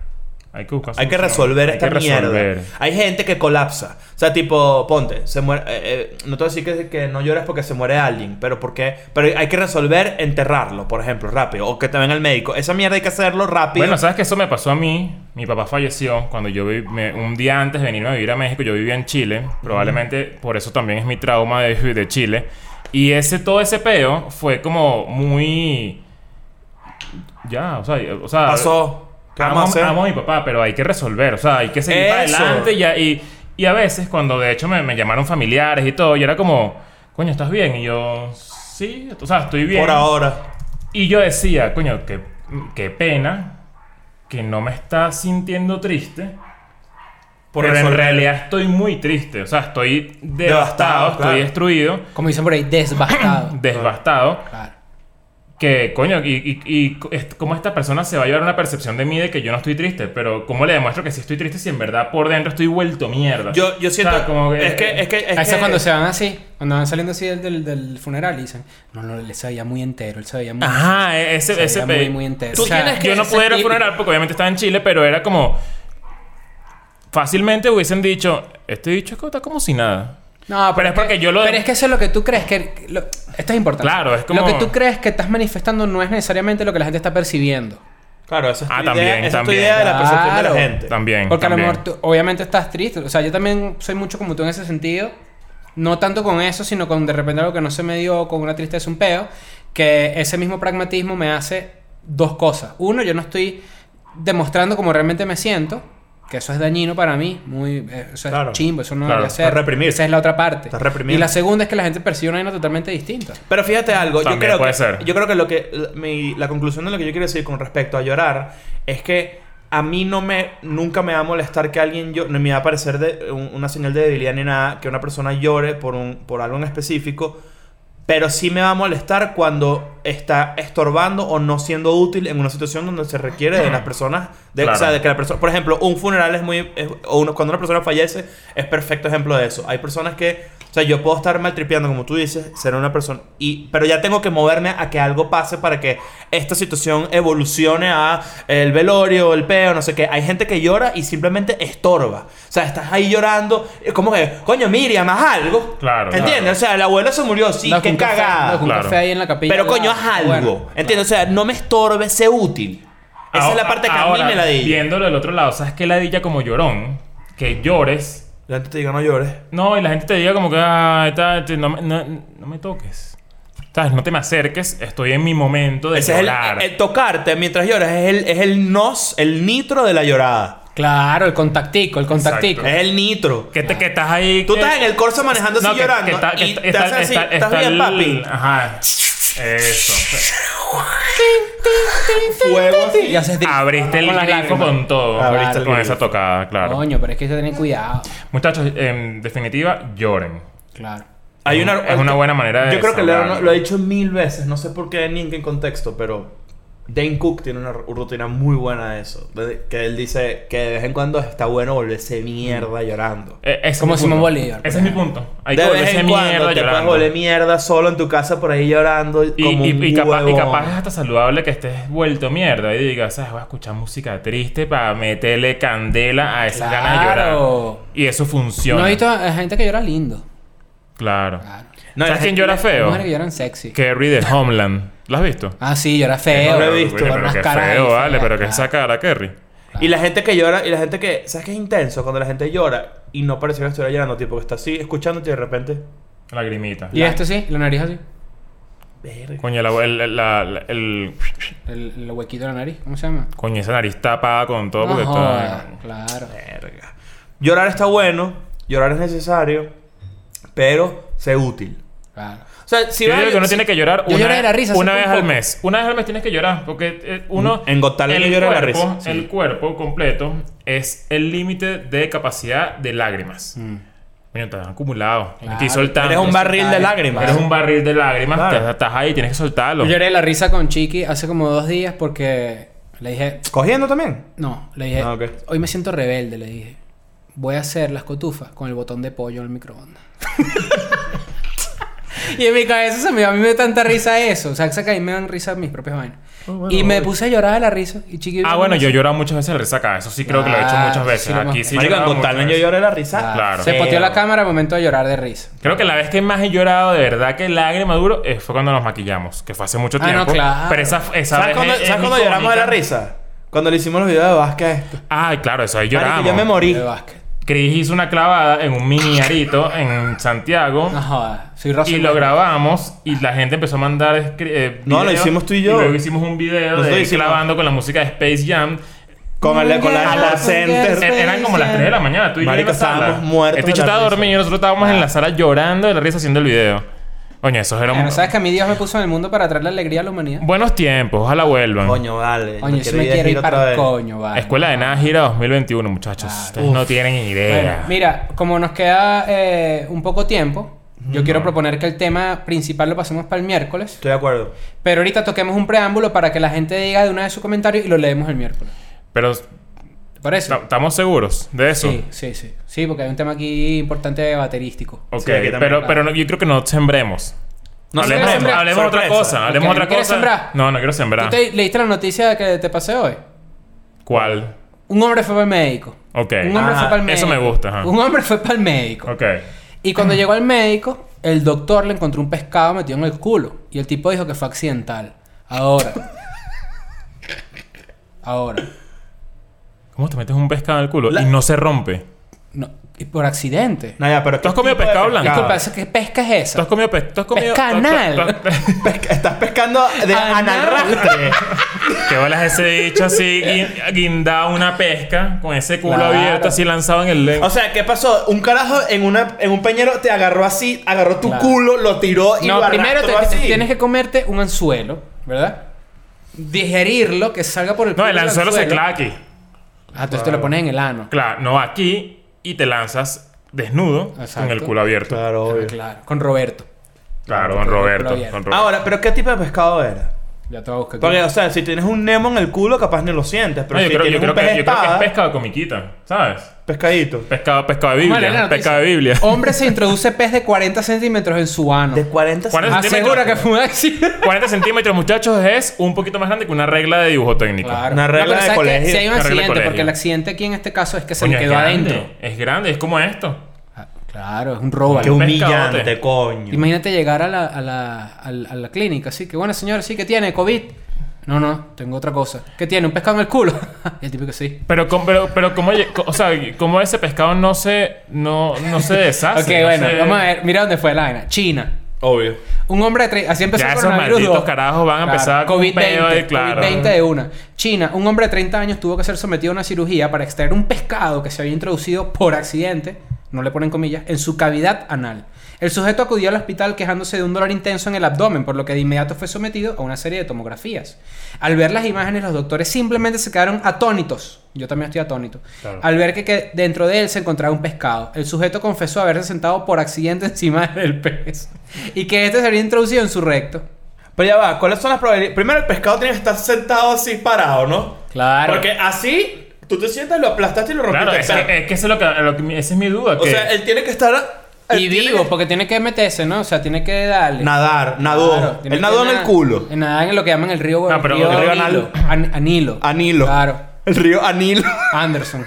Speaker 2: Hay que buscar
Speaker 3: Hay que
Speaker 2: solución.
Speaker 3: resolver
Speaker 2: Hay
Speaker 3: esta
Speaker 2: que resolver.
Speaker 3: mierda. Hay gente que colapsa. O sea, tipo, ponte, se muere. eh, eh, no te voy a decir que, que no llores porque se muere alguien, pero porque. Pero hay que resolver enterrarlo, por ejemplo, rápido. O que te venga el médico. Esa mierda hay que hacerlo rápido.
Speaker 2: Bueno, ¿sabes que Eso me pasó a mí. Mi papá falleció cuando yo vi- me- un día antes de venirme a vivir a México. Yo vivía en Chile. Probablemente por eso también es mi trauma de, de Chile. Y ese, todo ese peo fue como muy... Ya, o sea... o sea,
Speaker 3: Pasó. ¿Qué
Speaker 2: Amo,
Speaker 3: vamos a hacer?
Speaker 2: amo a mi papá, pero hay que resolver. O sea, hay que seguir para
Speaker 3: Eso.
Speaker 2: adelante. Y, a- y, y a veces, cuando de hecho me, me llamaron familiares y todo, y era como... Coño, ¿estás bien? Y yo... Sí, o sea, estoy bien.
Speaker 3: Por ahora.
Speaker 2: Y yo decía, coño, qué, qué pena que no me está sintiendo triste.
Speaker 3: Por
Speaker 2: pero en
Speaker 3: resolver.
Speaker 2: realidad estoy muy triste. O sea, estoy devastado,
Speaker 3: Devastado,
Speaker 2: estoy
Speaker 3: claro.
Speaker 2: destruido,
Speaker 4: Como dicen por ahí, desbastado.
Speaker 2: desbastado.
Speaker 4: claro.
Speaker 2: que, coño, y, y, y est- cómo esta persona se va a llevar una percepción de mí de que yo no estoy triste, pero cómo le demuestro que sí estoy triste si en verdad por dentro estoy vuelto mierda.
Speaker 3: Yo- yo siento- es que- es que- es
Speaker 2: Esa
Speaker 4: Eso
Speaker 3: que-
Speaker 4: cuando se van así, cuando van saliendo así del, del, del funeral y dicen, no, no, él se veía muy entero, él se veía muy...
Speaker 2: Ajá, e- ese,
Speaker 4: Se veía
Speaker 2: ese
Speaker 4: muy,
Speaker 2: pe-
Speaker 4: muy entero.
Speaker 3: Tú
Speaker 4: O sea,
Speaker 3: tienes que-
Speaker 2: Yo no
Speaker 3: ese
Speaker 2: pude ir al
Speaker 3: tipo-
Speaker 2: funeral porque obviamente estaba en Chile, pero era como. Fácilmente hubiesen dicho, este dicho está como si nada.
Speaker 4: No,
Speaker 2: Pero es porque yo lo-
Speaker 4: Pero es que eso es lo que tú crees que... lo- Esto es importante.
Speaker 2: Claro, es como-
Speaker 4: Lo que tú crees que estás manifestando no es necesariamente lo que la gente está percibiendo.
Speaker 3: Claro, esa es tu
Speaker 2: Ah,
Speaker 3: idea,
Speaker 2: también,
Speaker 3: esa es tu
Speaker 2: también.
Speaker 3: idea de la percepción de la
Speaker 4: Claro.
Speaker 3: gente.
Speaker 2: También.
Speaker 4: Porque
Speaker 2: también.
Speaker 4: a lo mejor tú, obviamente estás triste. O sea, yo también soy mucho como tú en ese sentido. No tanto con eso, sino con de repente algo que no se me dio, con una tristeza, un peo. Que ese mismo pragmatismo me hace dos cosas. Uno, yo no estoy demostrando cómo realmente me siento. Que eso es dañino para mí. Muy, eh, eso
Speaker 3: Claro.
Speaker 4: es chimbo, eso no
Speaker 2: Claro,
Speaker 4: debería
Speaker 2: estás
Speaker 4: ser.
Speaker 3: reprimido.
Speaker 4: Esa es la otra parte.
Speaker 3: Estás reprimido.
Speaker 4: Y la segunda es que la gente percibe una vaina totalmente distinta.
Speaker 3: Pero fíjate algo, yo
Speaker 2: También
Speaker 3: creo,
Speaker 2: puede
Speaker 3: que,
Speaker 2: ser.
Speaker 3: yo creo que lo que la- mi- la conclusión de lo que yo quiero decir con respecto a llorar es que a mí no me nunca me va a molestar que alguien yo no me va a parecer de, un- una señal de debilidad ni nada que una persona llore por un por algo en específico, pero sí me va a molestar cuando está estorbando o no siendo útil en una situación donde se requiere de las personas de, o sea,
Speaker 2: Claro.
Speaker 3: de que la persona, por ejemplo, un funeral es muy es- o uno- cuando una persona fallece es perfecto ejemplo de eso. Hay personas que, o sea, yo puedo estar maltripeando como tú dices, ser una persona y pero ya tengo que moverme a que algo pase para que esta situación evolucione a el velorio, el peo, no sé qué. Hay gente que llora y simplemente estorba. O sea, estás ahí llorando, eh, como que, coño, Miriam, haz algo.
Speaker 2: Claro,
Speaker 3: ¿Entiendes?
Speaker 2: claro.
Speaker 3: O sea, el abuelo se murió, sí,
Speaker 4: Dame
Speaker 3: qué
Speaker 4: un café,
Speaker 3: cagada.
Speaker 4: dame un
Speaker 2: Claro.
Speaker 4: café ahí en la capilla.
Speaker 3: Pero
Speaker 4: al lado.
Speaker 3: coño, haz algo.
Speaker 4: Bueno.
Speaker 3: ¿Entiendes? O sea, no me estorbe, sé útil. Esa es la
Speaker 2: Ahora-
Speaker 3: parte que
Speaker 2: ahora,
Speaker 3: a mí me la di.
Speaker 2: Viéndolo del otro lado, ¿sabes qué ladilla como llorón? Que llores.
Speaker 3: La gente te diga, no llores.
Speaker 2: No, y la gente te diga como que, "Ay, tal, te- no, me- no- no me toques. ¿Sabes? No te me acerques, estoy en mi momento de
Speaker 3: Ese es el,
Speaker 2: llorar.
Speaker 3: el tocarte mientras lloras. Es el, es el nos, el nitro de la llorada.
Speaker 4: Claro, el contactico, el contactico.
Speaker 2: Exacto.
Speaker 3: Es el nitro.
Speaker 2: que, te, que estás ahí.
Speaker 3: Tú
Speaker 2: que-
Speaker 3: estás en el corso manejando así
Speaker 2: Eh, que-
Speaker 3: llorando.
Speaker 2: que está- que
Speaker 3: y
Speaker 2: está-
Speaker 3: te
Speaker 2: está-
Speaker 3: haces así,
Speaker 2: está-
Speaker 3: ¿estás
Speaker 2: está
Speaker 3: bien,
Speaker 2: el-
Speaker 3: papi?
Speaker 2: Ajá. Eso.
Speaker 3: Fuego así.
Speaker 4: Y haces de-
Speaker 2: Abriste el
Speaker 4: con la
Speaker 2: grifo
Speaker 4: lágrima.
Speaker 2: con todo.
Speaker 3: Abriste el
Speaker 2: con
Speaker 3: grifo.
Speaker 2: esa tocada, claro.
Speaker 4: Coño, pero es que hay que tener cuidado.
Speaker 2: Muchachos, en definitiva, lloren.
Speaker 4: Claro.
Speaker 3: Hay una,
Speaker 2: Es una buena manera de
Speaker 3: Yo creo que
Speaker 2: desahogarlo.
Speaker 3: lo, lo he dicho mil veces. No sé por qué ni en qué contexto, pero Dane Cook tiene una r- rutina muy buena de eso. de- Que él dice que de vez en cuando está bueno volverse mierda llorando.
Speaker 2: Eh, ese es
Speaker 4: Como
Speaker 2: mi
Speaker 4: Simón
Speaker 2: punto.
Speaker 4: Bolívar, pues. por
Speaker 2: Ese es mi punto. Hay
Speaker 3: de
Speaker 2: que
Speaker 3: vez
Speaker 2: volverse
Speaker 3: en
Speaker 2: mierda
Speaker 3: cuando te puedes
Speaker 2: llorando.
Speaker 3: volver mierda solo en tu casa por ahí llorando
Speaker 2: Y,
Speaker 3: como
Speaker 2: y-
Speaker 3: un
Speaker 2: y capaz, y
Speaker 3: huevón.
Speaker 2: capaz es hasta saludable que estés vuelto mierda y digas, ¿sabes? Voy a escuchar música triste para meterle candela a esas ganas de llorar.
Speaker 4: Claro.
Speaker 2: Y eso funciona.
Speaker 4: No he visto Ah, a- a gente que llora lindo.
Speaker 2: Claro.
Speaker 4: Claro.
Speaker 3: No,
Speaker 2: ¿Sabes quién
Speaker 3: la gente-
Speaker 2: llora
Speaker 4: Hay
Speaker 2: feo?
Speaker 4: Mujeres que lloran sexy.
Speaker 2: Kerry de Homeland. ¿Lo has visto?
Speaker 4: Ah, sí, llora feo.
Speaker 3: No lo he
Speaker 2: Pero,
Speaker 3: visto.
Speaker 2: coño,
Speaker 4: Con
Speaker 2: Pero
Speaker 4: unas
Speaker 2: que
Speaker 4: caras ahí
Speaker 2: feo, vale.
Speaker 4: feas,
Speaker 2: Pero que
Speaker 4: claro.
Speaker 2: esa cara, Kerry.
Speaker 3: Y la gente que llora, y la gente que. ¿Sabes qué es intenso? Cuando la gente llora y no parece que estuviera llorando, tipo que está así escuchándote y de repente.
Speaker 2: Lagrimita.
Speaker 4: Y esto sí, la nariz así.
Speaker 3: "Verga".
Speaker 2: Coño, la- el, el- la- la- el-
Speaker 4: El, el huequito de la nariz. ¿Cómo se llama?
Speaker 2: Coño, esa nariz tapada con todo
Speaker 4: No
Speaker 2: porque
Speaker 4: joda,
Speaker 2: está...
Speaker 4: Claro.
Speaker 3: Verga. Llorar está bueno, llorar es necesario, pero sé útil.
Speaker 4: Claro.
Speaker 3: O sea, si
Speaker 2: Yo
Speaker 3: vas a-
Speaker 2: digo que uno
Speaker 3: si-
Speaker 2: tiene que llorar
Speaker 4: Yo
Speaker 2: una,
Speaker 4: lloré de la risa hace
Speaker 2: una
Speaker 4: muy
Speaker 2: vez al
Speaker 4: poco.
Speaker 2: mes. Una vez al mes tienes que llorar porque eh, uno...
Speaker 3: En Got Talent yo lloré de la
Speaker 2: cuerpo-
Speaker 3: risa, sí.
Speaker 2: El cuerpo completo es el límite de capacidad de lágrimas. Coño, estás acumulado. Tienes que ir
Speaker 4: Claro.
Speaker 2: soltando.
Speaker 3: Mm. Eres un barril de
Speaker 4: Eres
Speaker 3: lágrimas.
Speaker 2: Eres un barril de lágrimas.
Speaker 3: Claro.
Speaker 2: Estás, estás ahí, tienes que soltarlo.
Speaker 4: Yo lloré la risa con Chiqui hace como dos días porque le dije.
Speaker 3: Cogiendo también.
Speaker 4: No, le dije.
Speaker 3: Ah, ok.
Speaker 4: Hoy me siento rebelde, le dije. Voy a hacer las cotufas con el botón de pollo en el microondas. y en mi cabeza se me dio- a mí me da tanta risa eso. O sea, que a mí me dan risa mis propias vainas. y me puse a llorar de la risa. Y chiqui,
Speaker 2: Oh, Ah, bueno, yo he llorado muchas veces la risa acá. Eso sí creo que lo he hecho
Speaker 3: Ah,
Speaker 4: Claro,
Speaker 2: muchas veces.
Speaker 4: sí, lo hemos-
Speaker 2: Aquí sí. he
Speaker 3: Marico, en
Speaker 2: llorado
Speaker 3: Got
Speaker 2: muchas
Speaker 3: Talent yo
Speaker 2: veces.
Speaker 3: lloré la risa.
Speaker 4: Ah,
Speaker 2: claro.
Speaker 4: Se poteó
Speaker 3: Feo.
Speaker 4: la cámara al momento de llorar de risa.
Speaker 2: Creo que la vez que más he llorado de verdad que lágrima duro eh, fue cuando nos maquillamos, que fue hace mucho
Speaker 4: Ah, no,
Speaker 2: tiempo.
Speaker 4: claro.
Speaker 2: Pero esa, esa
Speaker 3: ¿Sabes
Speaker 2: vez
Speaker 3: cuando,
Speaker 2: es- es
Speaker 3: ¿sabes cuando
Speaker 2: icónica.
Speaker 3: lloramos de la risa? Cuando le hicimos los videos de Vázquez.
Speaker 2: Ay, claro, eso ahí lloramos.
Speaker 3: yo me morí.
Speaker 4: De básquet.
Speaker 2: Chris hizo una clavada en un mini arito en Santiago.
Speaker 4: No jodas. Soy
Speaker 2: Y
Speaker 4: razonable.
Speaker 2: lo grabamos y la gente empezó a mandar escri- eh,
Speaker 3: No, lo
Speaker 2: videos,
Speaker 3: hicimos tú y yo.
Speaker 2: Y luego hicimos un video
Speaker 3: Nosotros
Speaker 2: de él
Speaker 3: hicimos-
Speaker 2: clavando con la música de Space Jam.
Speaker 3: Con el con la, la center.
Speaker 2: Er- eran como las 3 de la mañana, tú y
Speaker 3: Marico,
Speaker 2: yo en la sala.
Speaker 3: estábamos muertos
Speaker 2: Este
Speaker 3: de
Speaker 2: chico
Speaker 3: la
Speaker 2: estaba
Speaker 3: risa. Ah.
Speaker 2: dormido y nosotros estábamos en la sala llorando de la risa haciendo el video. Coño, esos eran
Speaker 4: Bueno, sabes que a mí Dios me puso en el mundo para traer la alegría a la humanidad.
Speaker 2: buenos tiempos, ojalá vuelvan.
Speaker 3: Coño, vale.
Speaker 4: Coño, si me
Speaker 3: de
Speaker 4: quiero ir
Speaker 3: gira otra
Speaker 4: para el
Speaker 3: vez.
Speaker 4: coño, vale.
Speaker 2: Escuela de Nada Gira 2021, muchachos. Ustedes no tienen
Speaker 4: Bueno,
Speaker 2: idea.
Speaker 4: mira, como nos queda eh, un poco tiempo, Yo quiero proponer que el tema principal lo pasemos para el miércoles.
Speaker 3: Estoy de acuerdo.
Speaker 4: Pero ahorita toquemos un preámbulo para que la gente diga de una de sus comentarios y lo leemos el miércoles.
Speaker 2: Pero
Speaker 4: ¿Te parece?
Speaker 2: ¿esta- estamos seguros de eso.
Speaker 4: Sí, sí, sí. Sí, porque hay un tema aquí importante baterístico.
Speaker 2: Ok,
Speaker 3: Sí, aquí también,
Speaker 2: pero,
Speaker 3: claro.
Speaker 2: pero no- yo creo que no sembremos.
Speaker 3: No
Speaker 2: hablemos
Speaker 4: se quiere sembrar.
Speaker 2: hablemos otra
Speaker 3: Sorpresa.
Speaker 2: cosa. Hablemos
Speaker 4: Ok,
Speaker 2: otra
Speaker 4: ¿no quieres
Speaker 2: cosa.
Speaker 4: sembrar?
Speaker 2: No, no quiero sembrar.
Speaker 4: ¿Tú te- leíste la noticia que te pasé hoy?
Speaker 2: ¿Cuál?
Speaker 4: Un hombre fue para el médico.
Speaker 2: Ok. Ah,
Speaker 4: Un hombre
Speaker 3: Ajá,
Speaker 4: fue para el médico.
Speaker 2: eso me gusta, ajá.
Speaker 4: Un hombre fue para el médico.
Speaker 2: Ok.
Speaker 4: Y cuando llegó al médico, el doctor le encontró un pescado metido en el culo. Y el tipo dijo que fue accidental. Ahora. Ahora.
Speaker 2: ¿Cómo te metes un pescado en el culo
Speaker 3: La-
Speaker 2: y no se rompe?
Speaker 4: No, y por accidente.
Speaker 3: No, ya, pero
Speaker 2: ¿Tú has
Speaker 3: ¿qué
Speaker 2: comido
Speaker 3: tipo de
Speaker 2: pescado blanco?
Speaker 4: Disculpa, ¿esa- ¿qué pesca es
Speaker 2: ¿Tú has
Speaker 4: esa?
Speaker 2: comido pescado? ¿Tú has comido
Speaker 4: Pescanal.
Speaker 2: tú- tú- tú-
Speaker 3: Pesca- Estás pescando de
Speaker 4: Anal.
Speaker 3: anarrastre.
Speaker 2: ¿Qué bolas ese dicho así guin- guindado una pesca con ese culo
Speaker 4: Claro.
Speaker 2: abierto así lanzado en el...
Speaker 3: O sea, ¿qué pasó? Un carajo en, una, en un peñero te agarró así, agarró tu
Speaker 4: Claro.
Speaker 3: culo, lo tiró y lo
Speaker 4: No, primero
Speaker 3: arrastró
Speaker 4: te- te-
Speaker 3: así.
Speaker 4: tienes que comerte un anzuelo, ¿verdad? Digerirlo, que salga por el
Speaker 2: no,
Speaker 4: culo
Speaker 2: el anzuelo se clava aquí.
Speaker 4: Ah, entonces te lo pones en el ano.
Speaker 2: Claro, no aquí y te lanzas desnudo con
Speaker 4: Exacto.
Speaker 2: el culo abierto.
Speaker 3: Claro,
Speaker 4: Ah,
Speaker 3: obvio.
Speaker 4: claro, con Roberto.
Speaker 2: Claro,
Speaker 4: Con
Speaker 2: don
Speaker 4: el culo
Speaker 2: Roberto.
Speaker 4: abierto.
Speaker 2: don Roberto.
Speaker 3: Ahora, ¿pero qué tipo de pescado era?
Speaker 4: Ya te voy a buscar. aquí.
Speaker 3: Porque, o sea, si tienes un Nemo en el culo, capaz ni lo sientes. Pero
Speaker 2: No, yo,
Speaker 3: si
Speaker 2: creo, yo
Speaker 3: tienes
Speaker 2: creo
Speaker 3: un pez
Speaker 2: que, yo creo que es
Speaker 3: espada,
Speaker 2: pescado con miquita, ¿sabes?
Speaker 3: pescadito.
Speaker 2: Pescado, pescado de
Speaker 4: Vamos a leer la
Speaker 2: Biblia.
Speaker 4: noticia. Oh,
Speaker 2: Pescado de Biblia.
Speaker 4: Hombre se introduce pez de 40 centímetros en su ano.
Speaker 3: De 40
Speaker 2: ¿Cuál es?
Speaker 4: Asegura ah,
Speaker 2: centímetros.
Speaker 4: que fue un accidente.
Speaker 2: 40 centímetros, muchachos, es un poquito más grande que una regla de dibujo técnico.
Speaker 4: Claro.
Speaker 3: Una regla
Speaker 4: pero
Speaker 3: de
Speaker 4: ¿sabes qué?
Speaker 3: colegio.
Speaker 4: Si hay un
Speaker 2: Una regla de
Speaker 4: accidente,
Speaker 2: colegio.
Speaker 4: porque el accidente aquí en este caso es que se
Speaker 2: Coño,
Speaker 4: me quedó
Speaker 2: es grande,
Speaker 4: adentro.
Speaker 2: Es grande, es como esto.
Speaker 4: Ah, Claro, es un robo.
Speaker 3: Qué
Speaker 2: un
Speaker 3: humillante,
Speaker 2: pescadote.
Speaker 3: coño.
Speaker 4: Imagínate llegar a la, a la, a la- a la clínica, así que bueno, señor, sí que tiene COVID. No, no, tengo otra cosa. ¿Qué tiene? ¿Un pescado en el culo? y el tipo que sí.
Speaker 2: Pero, com- pero, pero ¿cómo, lle- co- o sea, cómo ese pescado no se, no, no se deshace?
Speaker 4: ok,
Speaker 2: Ah, no
Speaker 4: bueno,
Speaker 2: se-
Speaker 4: vamos a ver. Mira dónde fue la vaina. China.
Speaker 3: Obvio.
Speaker 4: Un hombre de tre- Así empezó
Speaker 2: Ya
Speaker 4: el
Speaker 2: esos
Speaker 4: coronavirus.
Speaker 2: malditos
Speaker 4: dos.
Speaker 2: carajos van a empezar con un pedo de- claro.
Speaker 4: COVID-20 de una. China, un hombre de 30 años tuvo que ser sometido a una cirugía para extraer un pescado que se había introducido por accidente, no le ponen comillas, en su cavidad anal. El sujeto acudió al hospital quejándose de un dolor intenso en el abdomen, por lo que de inmediato fue sometido a una serie de tomografías. Al ver las imágenes, los doctores simplemente se quedaron atónitos. Yo también estoy atónito. Al ver que, que dentro de él se encontraba un pescado. El sujeto confesó haberse sentado por accidente encima del pez y que este se había introducido en su recto.
Speaker 3: Pero ya va, ¿cuáles son las probabilidades? Primero, el pescado tiene que estar sentado así parado, ¿no?
Speaker 4: Claro.
Speaker 3: Porque así, tú te sientas, lo aplastaste y lo rompiste.
Speaker 2: Claro, es,
Speaker 3: Pero-
Speaker 2: que- eh, es que eso es lo que, lo que- esa es mi duda.
Speaker 3: o
Speaker 2: que-
Speaker 3: sea, él tiene que estar... él
Speaker 4: Y
Speaker 3: tiene
Speaker 4: vivo,
Speaker 3: que-
Speaker 4: porque tiene que meterse, ¿no? O sea, tiene que darle.
Speaker 3: Nadar, nadó.
Speaker 4: Claro, tiene
Speaker 3: él
Speaker 4: que
Speaker 3: nadó en el
Speaker 4: nadar. Eh.
Speaker 3: culo.
Speaker 4: En nadar en lo que llaman el río.
Speaker 2: Ah, pero
Speaker 4: el río,
Speaker 2: el
Speaker 3: río
Speaker 4: Anilo.
Speaker 3: Analo.
Speaker 4: An- Anilo.
Speaker 3: Anilo.
Speaker 4: Claro.
Speaker 3: El río Anilo.
Speaker 4: Anderson.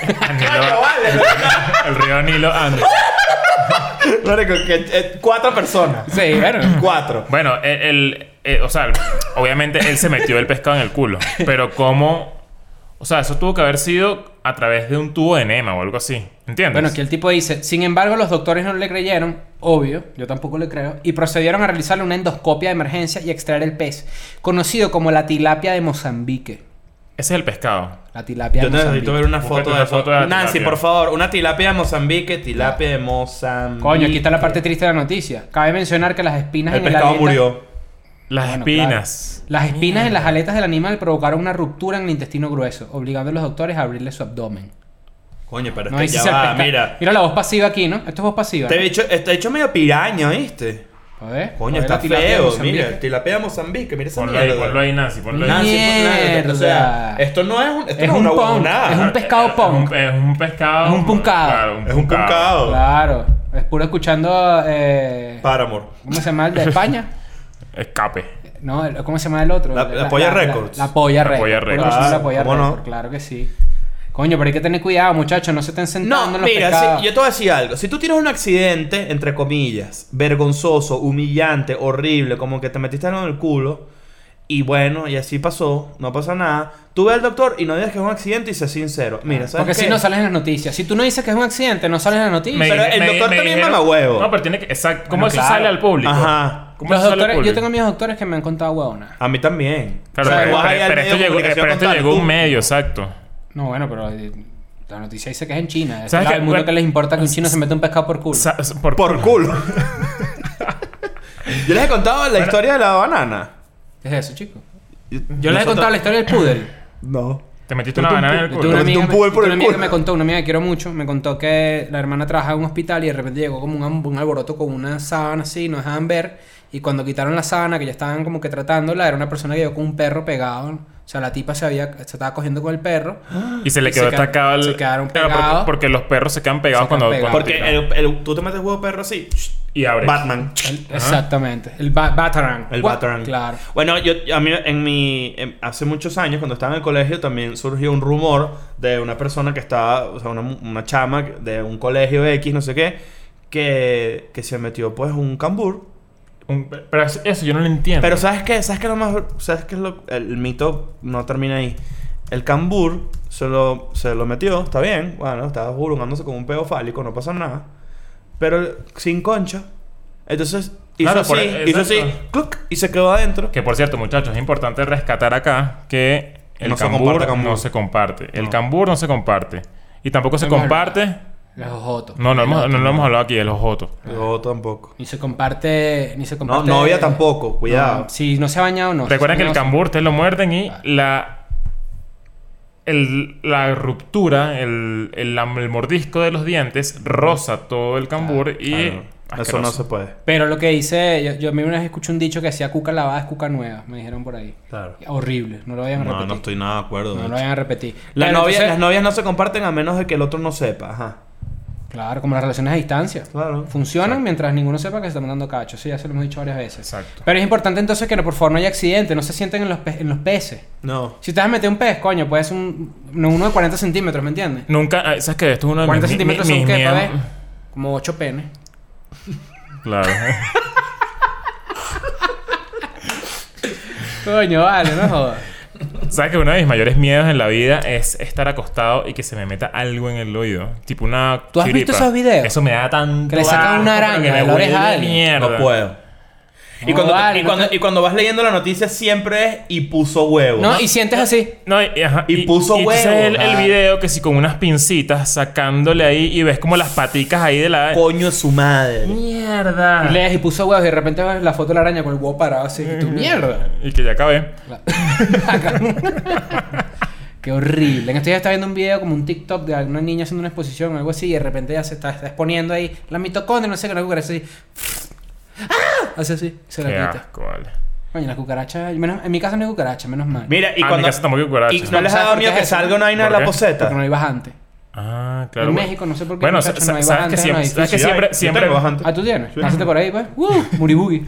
Speaker 2: el Nilo-
Speaker 3: Coño, vale.
Speaker 2: el río Nilo Andes.
Speaker 3: Marico, que, eh, cuatro personas.
Speaker 4: Sí, bueno.
Speaker 3: Cuatro.
Speaker 2: Bueno, el, el- eh, o sea, obviamente él se metió el pescado en el culo. Pero cómo... O sea, eso tuvo que haber sido a través de un tubo de enema o algo así. ¿Entiendes?
Speaker 4: Bueno, aquí el tipo dice, sin embargo los doctores no le creyeron, obvio, yo tampoco le creo, y procedieron a realizarle una endoscopia de emergencia y extraer el pez, conocido como la tilapia de Mozambique.
Speaker 2: Ese es el pescado.
Speaker 4: La tilapia
Speaker 3: Yo
Speaker 4: de
Speaker 3: necesito ver
Speaker 4: Mozambique.
Speaker 3: una
Speaker 2: Búscate
Speaker 3: foto
Speaker 2: una
Speaker 3: de eso.
Speaker 2: foto de la
Speaker 3: Nancy,
Speaker 2: tilapia.
Speaker 3: por favor, una tilapia de Mozambique, tilapia de Mozambique.
Speaker 4: Coño, aquí está la parte triste de la noticia. Cabe mencionar que las espinas
Speaker 3: El
Speaker 4: en el
Speaker 3: pescado
Speaker 4: aleta-
Speaker 3: murió.
Speaker 2: Las
Speaker 4: Bueno,
Speaker 2: espinas.
Speaker 4: claro. Las espinas en las aletas del animal provocaron una ruptura en el intestino grueso, obligando a los doctores a abrirle su abdomen.
Speaker 3: Coño, pero es
Speaker 4: No
Speaker 3: que
Speaker 4: ahí sí
Speaker 3: ya
Speaker 4: se
Speaker 3: va,
Speaker 4: pesca-
Speaker 3: mira.
Speaker 4: Mira la voz pasiva aquí, ¿no? Esto es voz pasiva.
Speaker 3: Este bicho está hecho medio piraña, ¿viste?
Speaker 4: A ver,
Speaker 3: Coño,
Speaker 4: a ver la
Speaker 3: está
Speaker 4: tilapia de
Speaker 3: feo,
Speaker 4: Mozambique.
Speaker 3: mira. Tilapia de Mozambique, mira esa
Speaker 2: Ponlo ahí, ponlo
Speaker 3: mierda.
Speaker 2: ahí, Nancy. Ponlo ahí.
Speaker 4: Nancy.
Speaker 3: Nancy, o sea,
Speaker 4: Mierda.
Speaker 3: esto no es un, esto
Speaker 4: Es
Speaker 3: no es
Speaker 4: un
Speaker 3: una
Speaker 4: punk,
Speaker 3: huevonada.
Speaker 4: es un pescado
Speaker 2: Es
Speaker 4: punk.
Speaker 2: un- Es un pescado.
Speaker 4: Es un puncado.
Speaker 2: Claro,
Speaker 3: Es un puncado.
Speaker 4: Claro. Es puro escuchando. eh,
Speaker 3: Paramore.
Speaker 4: ¿Cómo se llama el de España?
Speaker 2: Escape.
Speaker 4: No, el- ¿cómo se llama el otro?
Speaker 3: La- la Polla Records.
Speaker 4: La, Polla
Speaker 2: La
Speaker 4: Records.
Speaker 2: Polla
Speaker 4: Puro
Speaker 2: Records.
Speaker 4: escuchando
Speaker 3: Ah,
Speaker 4: la Polla
Speaker 3: ¿cómo no?
Speaker 4: Records, Claro que sí. Coño, pero hay que tener cuidado, muchachos. No se estén sentando
Speaker 3: No,
Speaker 4: en los
Speaker 3: mira,
Speaker 4: pescados.
Speaker 3: si- yo te voy a decir algo. Si tú tienes un accidente, entre comillas, vergonzoso, humillante, horrible, como que te metiste en el culo, y bueno, y así pasó, no pasa nada, tú ve al doctor y no digas que es un accidente y sé sincero. Mira, ¿sabes
Speaker 4: Porque
Speaker 3: qué?
Speaker 4: si no sales en las noticias. Si tú no dices que es un accidente, no sales en las noticias.
Speaker 3: Pero el doctor también mama huevo.
Speaker 2: No, pero tiene que. Exacto. ¿Cómo
Speaker 4: Bueno,
Speaker 2: eso
Speaker 4: claro.
Speaker 2: sale al público?
Speaker 3: Ajá.
Speaker 2: ¿Cómo
Speaker 4: Los
Speaker 2: eso sale al
Speaker 4: doctores,
Speaker 2: público?
Speaker 4: yo tengo amigos doctores que me han contado huevonas.
Speaker 3: A mí también.
Speaker 2: Claro,
Speaker 3: O sea,
Speaker 2: pero,
Speaker 3: vas ahí
Speaker 2: pero-
Speaker 3: al
Speaker 2: pero esto
Speaker 3: medio de
Speaker 2: llegó, eh,
Speaker 3: comunicación
Speaker 2: pero esto
Speaker 3: con tal,
Speaker 2: llegó
Speaker 3: tú.
Speaker 2: un medio, exacto.
Speaker 4: No, bueno, pero eh, la noticia dice que es en China. Es
Speaker 2: ¿Sabes
Speaker 4: claro,
Speaker 2: qué?
Speaker 4: el mundo
Speaker 2: Bueno, eh,
Speaker 4: que les importa que un chino se meta un pescado por culo.
Speaker 2: Sa- sa- por,
Speaker 3: Por culo. Yo les he contado la historia de la banana.
Speaker 4: ¿Qué es eso, chico?
Speaker 3: Yo
Speaker 4: Yo les he contado la historia del poodle.
Speaker 3: No.
Speaker 2: Te metiste una banana en el
Speaker 4: Yo tuve
Speaker 2: culo.
Speaker 4: una
Speaker 3: Metí
Speaker 4: amiga,
Speaker 3: un
Speaker 4: me-
Speaker 3: púbal por
Speaker 4: tuve
Speaker 3: el
Speaker 4: una amiga que
Speaker 3: culo.
Speaker 4: me contó, una amiga que quiero mucho, me contó que la hermana trabajaba en un hospital y de repente llegó como un, am- un alboroto con una sábana así, no dejaban ver. Y cuando quitaron la sábana, que ya estaban como que tratándola, era una persona que llegó con un perro pegado. O sea, la tipa se, había, se estaba cogiendo con el perro.
Speaker 2: Y se le
Speaker 4: Y se
Speaker 2: quedó
Speaker 4: quedaron-
Speaker 2: atacado el.
Speaker 4: se quedaron
Speaker 2: Claro, porque-
Speaker 4: pegados.
Speaker 2: porque, los perros se quedan pegados
Speaker 4: Se quedan
Speaker 2: cuando.
Speaker 4: pegados.
Speaker 2: cuando
Speaker 3: Porque
Speaker 2: pican.
Speaker 3: el, el- tú te metes huevo perro así.
Speaker 2: Y abres.
Speaker 3: Batman.
Speaker 4: El- exactamente. El ba- Batarang.
Speaker 3: El
Speaker 4: Gua-
Speaker 3: Batarang.
Speaker 4: Claro.
Speaker 3: Bueno, yo, a mí en mi. en- hace muchos años, cuando estaba en el colegio, también surgió un rumor de una persona que estaba. O sea, una, mu- una chama de un colegio X, no sé qué. Que, que se metió, pues, un cambur.
Speaker 2: Un- pero es- eso yo no lo entiendo.
Speaker 3: Pero ¿sabes qué? ¿Sabes qué es lo más... ¿Sabes qué es lo... El mito no termina ahí. El cambur se lo, se lo metió, está bien. Bueno, estaba burungándose con un pedo fálico, no pasa nada. Pero sin concha. Entonces hizo
Speaker 2: Claro,
Speaker 3: así,
Speaker 2: por- e-
Speaker 3: hizo así,
Speaker 2: exacto.
Speaker 3: cluc, y se quedó adentro.
Speaker 2: Que por cierto, muchachos, es importante rescatar acá que el
Speaker 3: No se
Speaker 2: cambur,
Speaker 3: comparte cambur.
Speaker 2: no se comparte. El
Speaker 3: No.
Speaker 2: cambur no se comparte. Y tampoco se
Speaker 4: No hemos
Speaker 2: comparte.
Speaker 4: Los ojotos.
Speaker 2: No, no, hemos- no lo hemos hablado aquí, el ojoto.
Speaker 3: Yo tampoco.
Speaker 4: Ni se comparte. Ni se
Speaker 3: No,
Speaker 4: comparte.
Speaker 3: novia tampoco, cuidado.
Speaker 4: No, si no se ha bañado, no.
Speaker 2: Recuerden que
Speaker 4: No Ah.
Speaker 2: el
Speaker 4: se-
Speaker 2: cambur ustedes lo muerden y la. el- la ruptura, el, el, el mordisco de los dientes roza todo el
Speaker 4: Ah.
Speaker 2: cambur y.
Speaker 3: Claro, Eso
Speaker 2: asqueroso.
Speaker 3: Ah, no se puede.
Speaker 4: Pero lo que dice, yo, yo a mí una vez escuché un dicho que decía cuca lavada es cuca nueva, me dijeron por ahí.
Speaker 3: Claro.
Speaker 4: Horrible, no lo vayan a repetir.
Speaker 3: No, no estoy nada de
Speaker 4: No
Speaker 3: acuerdo. de
Speaker 4: lo
Speaker 3: hecho.
Speaker 4: vayan a repetir.
Speaker 3: Las
Speaker 4: Pero
Speaker 3: novias-
Speaker 4: entonces-
Speaker 3: las novias no se comparten a menos de que el otro no sepa. Ajá.
Speaker 4: Claro, como las relaciones a distancia.
Speaker 3: Claro.
Speaker 4: Funcionan mientras ninguno sepa que se están dando cacho. Sí, ya se lo hemos dicho varias veces.
Speaker 2: Exacto.
Speaker 4: Pero es importante entonces que no, por favor no haya accidentes, no se sienten en los, pe- en los peces.
Speaker 3: No.
Speaker 4: Si te vas a meter un pez, coño, puede ser un, no, uno de 40 centímetros, ¿me entiendes?
Speaker 2: Nunca. ah, ¿Sabes qué? Esto es uno de
Speaker 4: 40
Speaker 2: mis- mi-
Speaker 4: centímetros
Speaker 2: mis
Speaker 4: son que,
Speaker 2: miedos-
Speaker 4: ver Como 8 penes.
Speaker 2: Claro.
Speaker 4: Coño, vale, no jodas.
Speaker 2: ¿Sabes que uno de mis mayores miedos en la vida es estar acostado y que se me meta algo en el oído? Tipo una.
Speaker 4: ¿Tú has visto esos videos?
Speaker 2: Eso me da tanto.
Speaker 4: Que le sacan
Speaker 2: asco,
Speaker 4: una
Speaker 2: pero
Speaker 4: araña
Speaker 2: que me
Speaker 4: de la oreja
Speaker 2: huele
Speaker 4: a alguien.
Speaker 2: mierda.
Speaker 3: No puedo. Y,
Speaker 4: No,
Speaker 3: cuando,
Speaker 4: vale,
Speaker 3: y,
Speaker 4: no
Speaker 3: cuando,
Speaker 4: te-
Speaker 3: y cuando vas leyendo la noticia siempre es y puso huevo.
Speaker 4: No, y sientes así.
Speaker 2: No, y, ajá,
Speaker 3: Y puso
Speaker 2: entonces
Speaker 3: huevo, Ah.
Speaker 2: el, el
Speaker 3: claro.
Speaker 2: video que si con unas pincitas sacándole ahí y ves como las paticas ahí de la.
Speaker 3: Coño es su
Speaker 4: Mm.
Speaker 3: madre.
Speaker 2: ¡Mierda!
Speaker 4: Y lees y puso huevos y de repente ves la foto de la araña con el huevo parado así. Y tú, mierda.
Speaker 2: Y que ya acabé.
Speaker 4: Qué horrible. En esto ya está viendo un video como un TikTok de alguna niña haciendo una exposición o algo así y de repente ya se está, está exponiendo ahí la mitocondria, no sé qué, la cucaracha así. ¡Ah! Hace así, se la
Speaker 2: Qué
Speaker 4: quita.
Speaker 2: asco, vale.
Speaker 4: Coño, las cucarachas, menos, en mi casa no hay cucaracha, menos mal.
Speaker 3: Mira, y
Speaker 2: Ah, en mi
Speaker 3: cuando.
Speaker 2: casa tampoco hay cucarachas.
Speaker 3: y no les
Speaker 4: ¿Sabes
Speaker 3: ha dado
Speaker 4: por
Speaker 3: miedo
Speaker 4: qué
Speaker 3: que
Speaker 4: es eso?
Speaker 3: salga una vaina de
Speaker 2: ¿Por
Speaker 3: la
Speaker 2: qué?
Speaker 4: Porque no
Speaker 3: poseta.
Speaker 4: ibas antes.
Speaker 2: Ah, claro.
Speaker 4: En
Speaker 2: bueno.
Speaker 4: México, no sé por qué,
Speaker 2: Bueno,
Speaker 4: muchacho,
Speaker 2: sa-
Speaker 4: no hay
Speaker 2: sabes que
Speaker 4: bajantes en
Speaker 2: siempre,
Speaker 4: los
Speaker 2: sabes que
Speaker 3: Sí,
Speaker 2: siempre,
Speaker 3: hay. Yo
Speaker 2: siempre,
Speaker 3: tengo bajante.
Speaker 4: Ah, tú tienes. Pásate por ahí, pues. ¡Uh! Muribugi.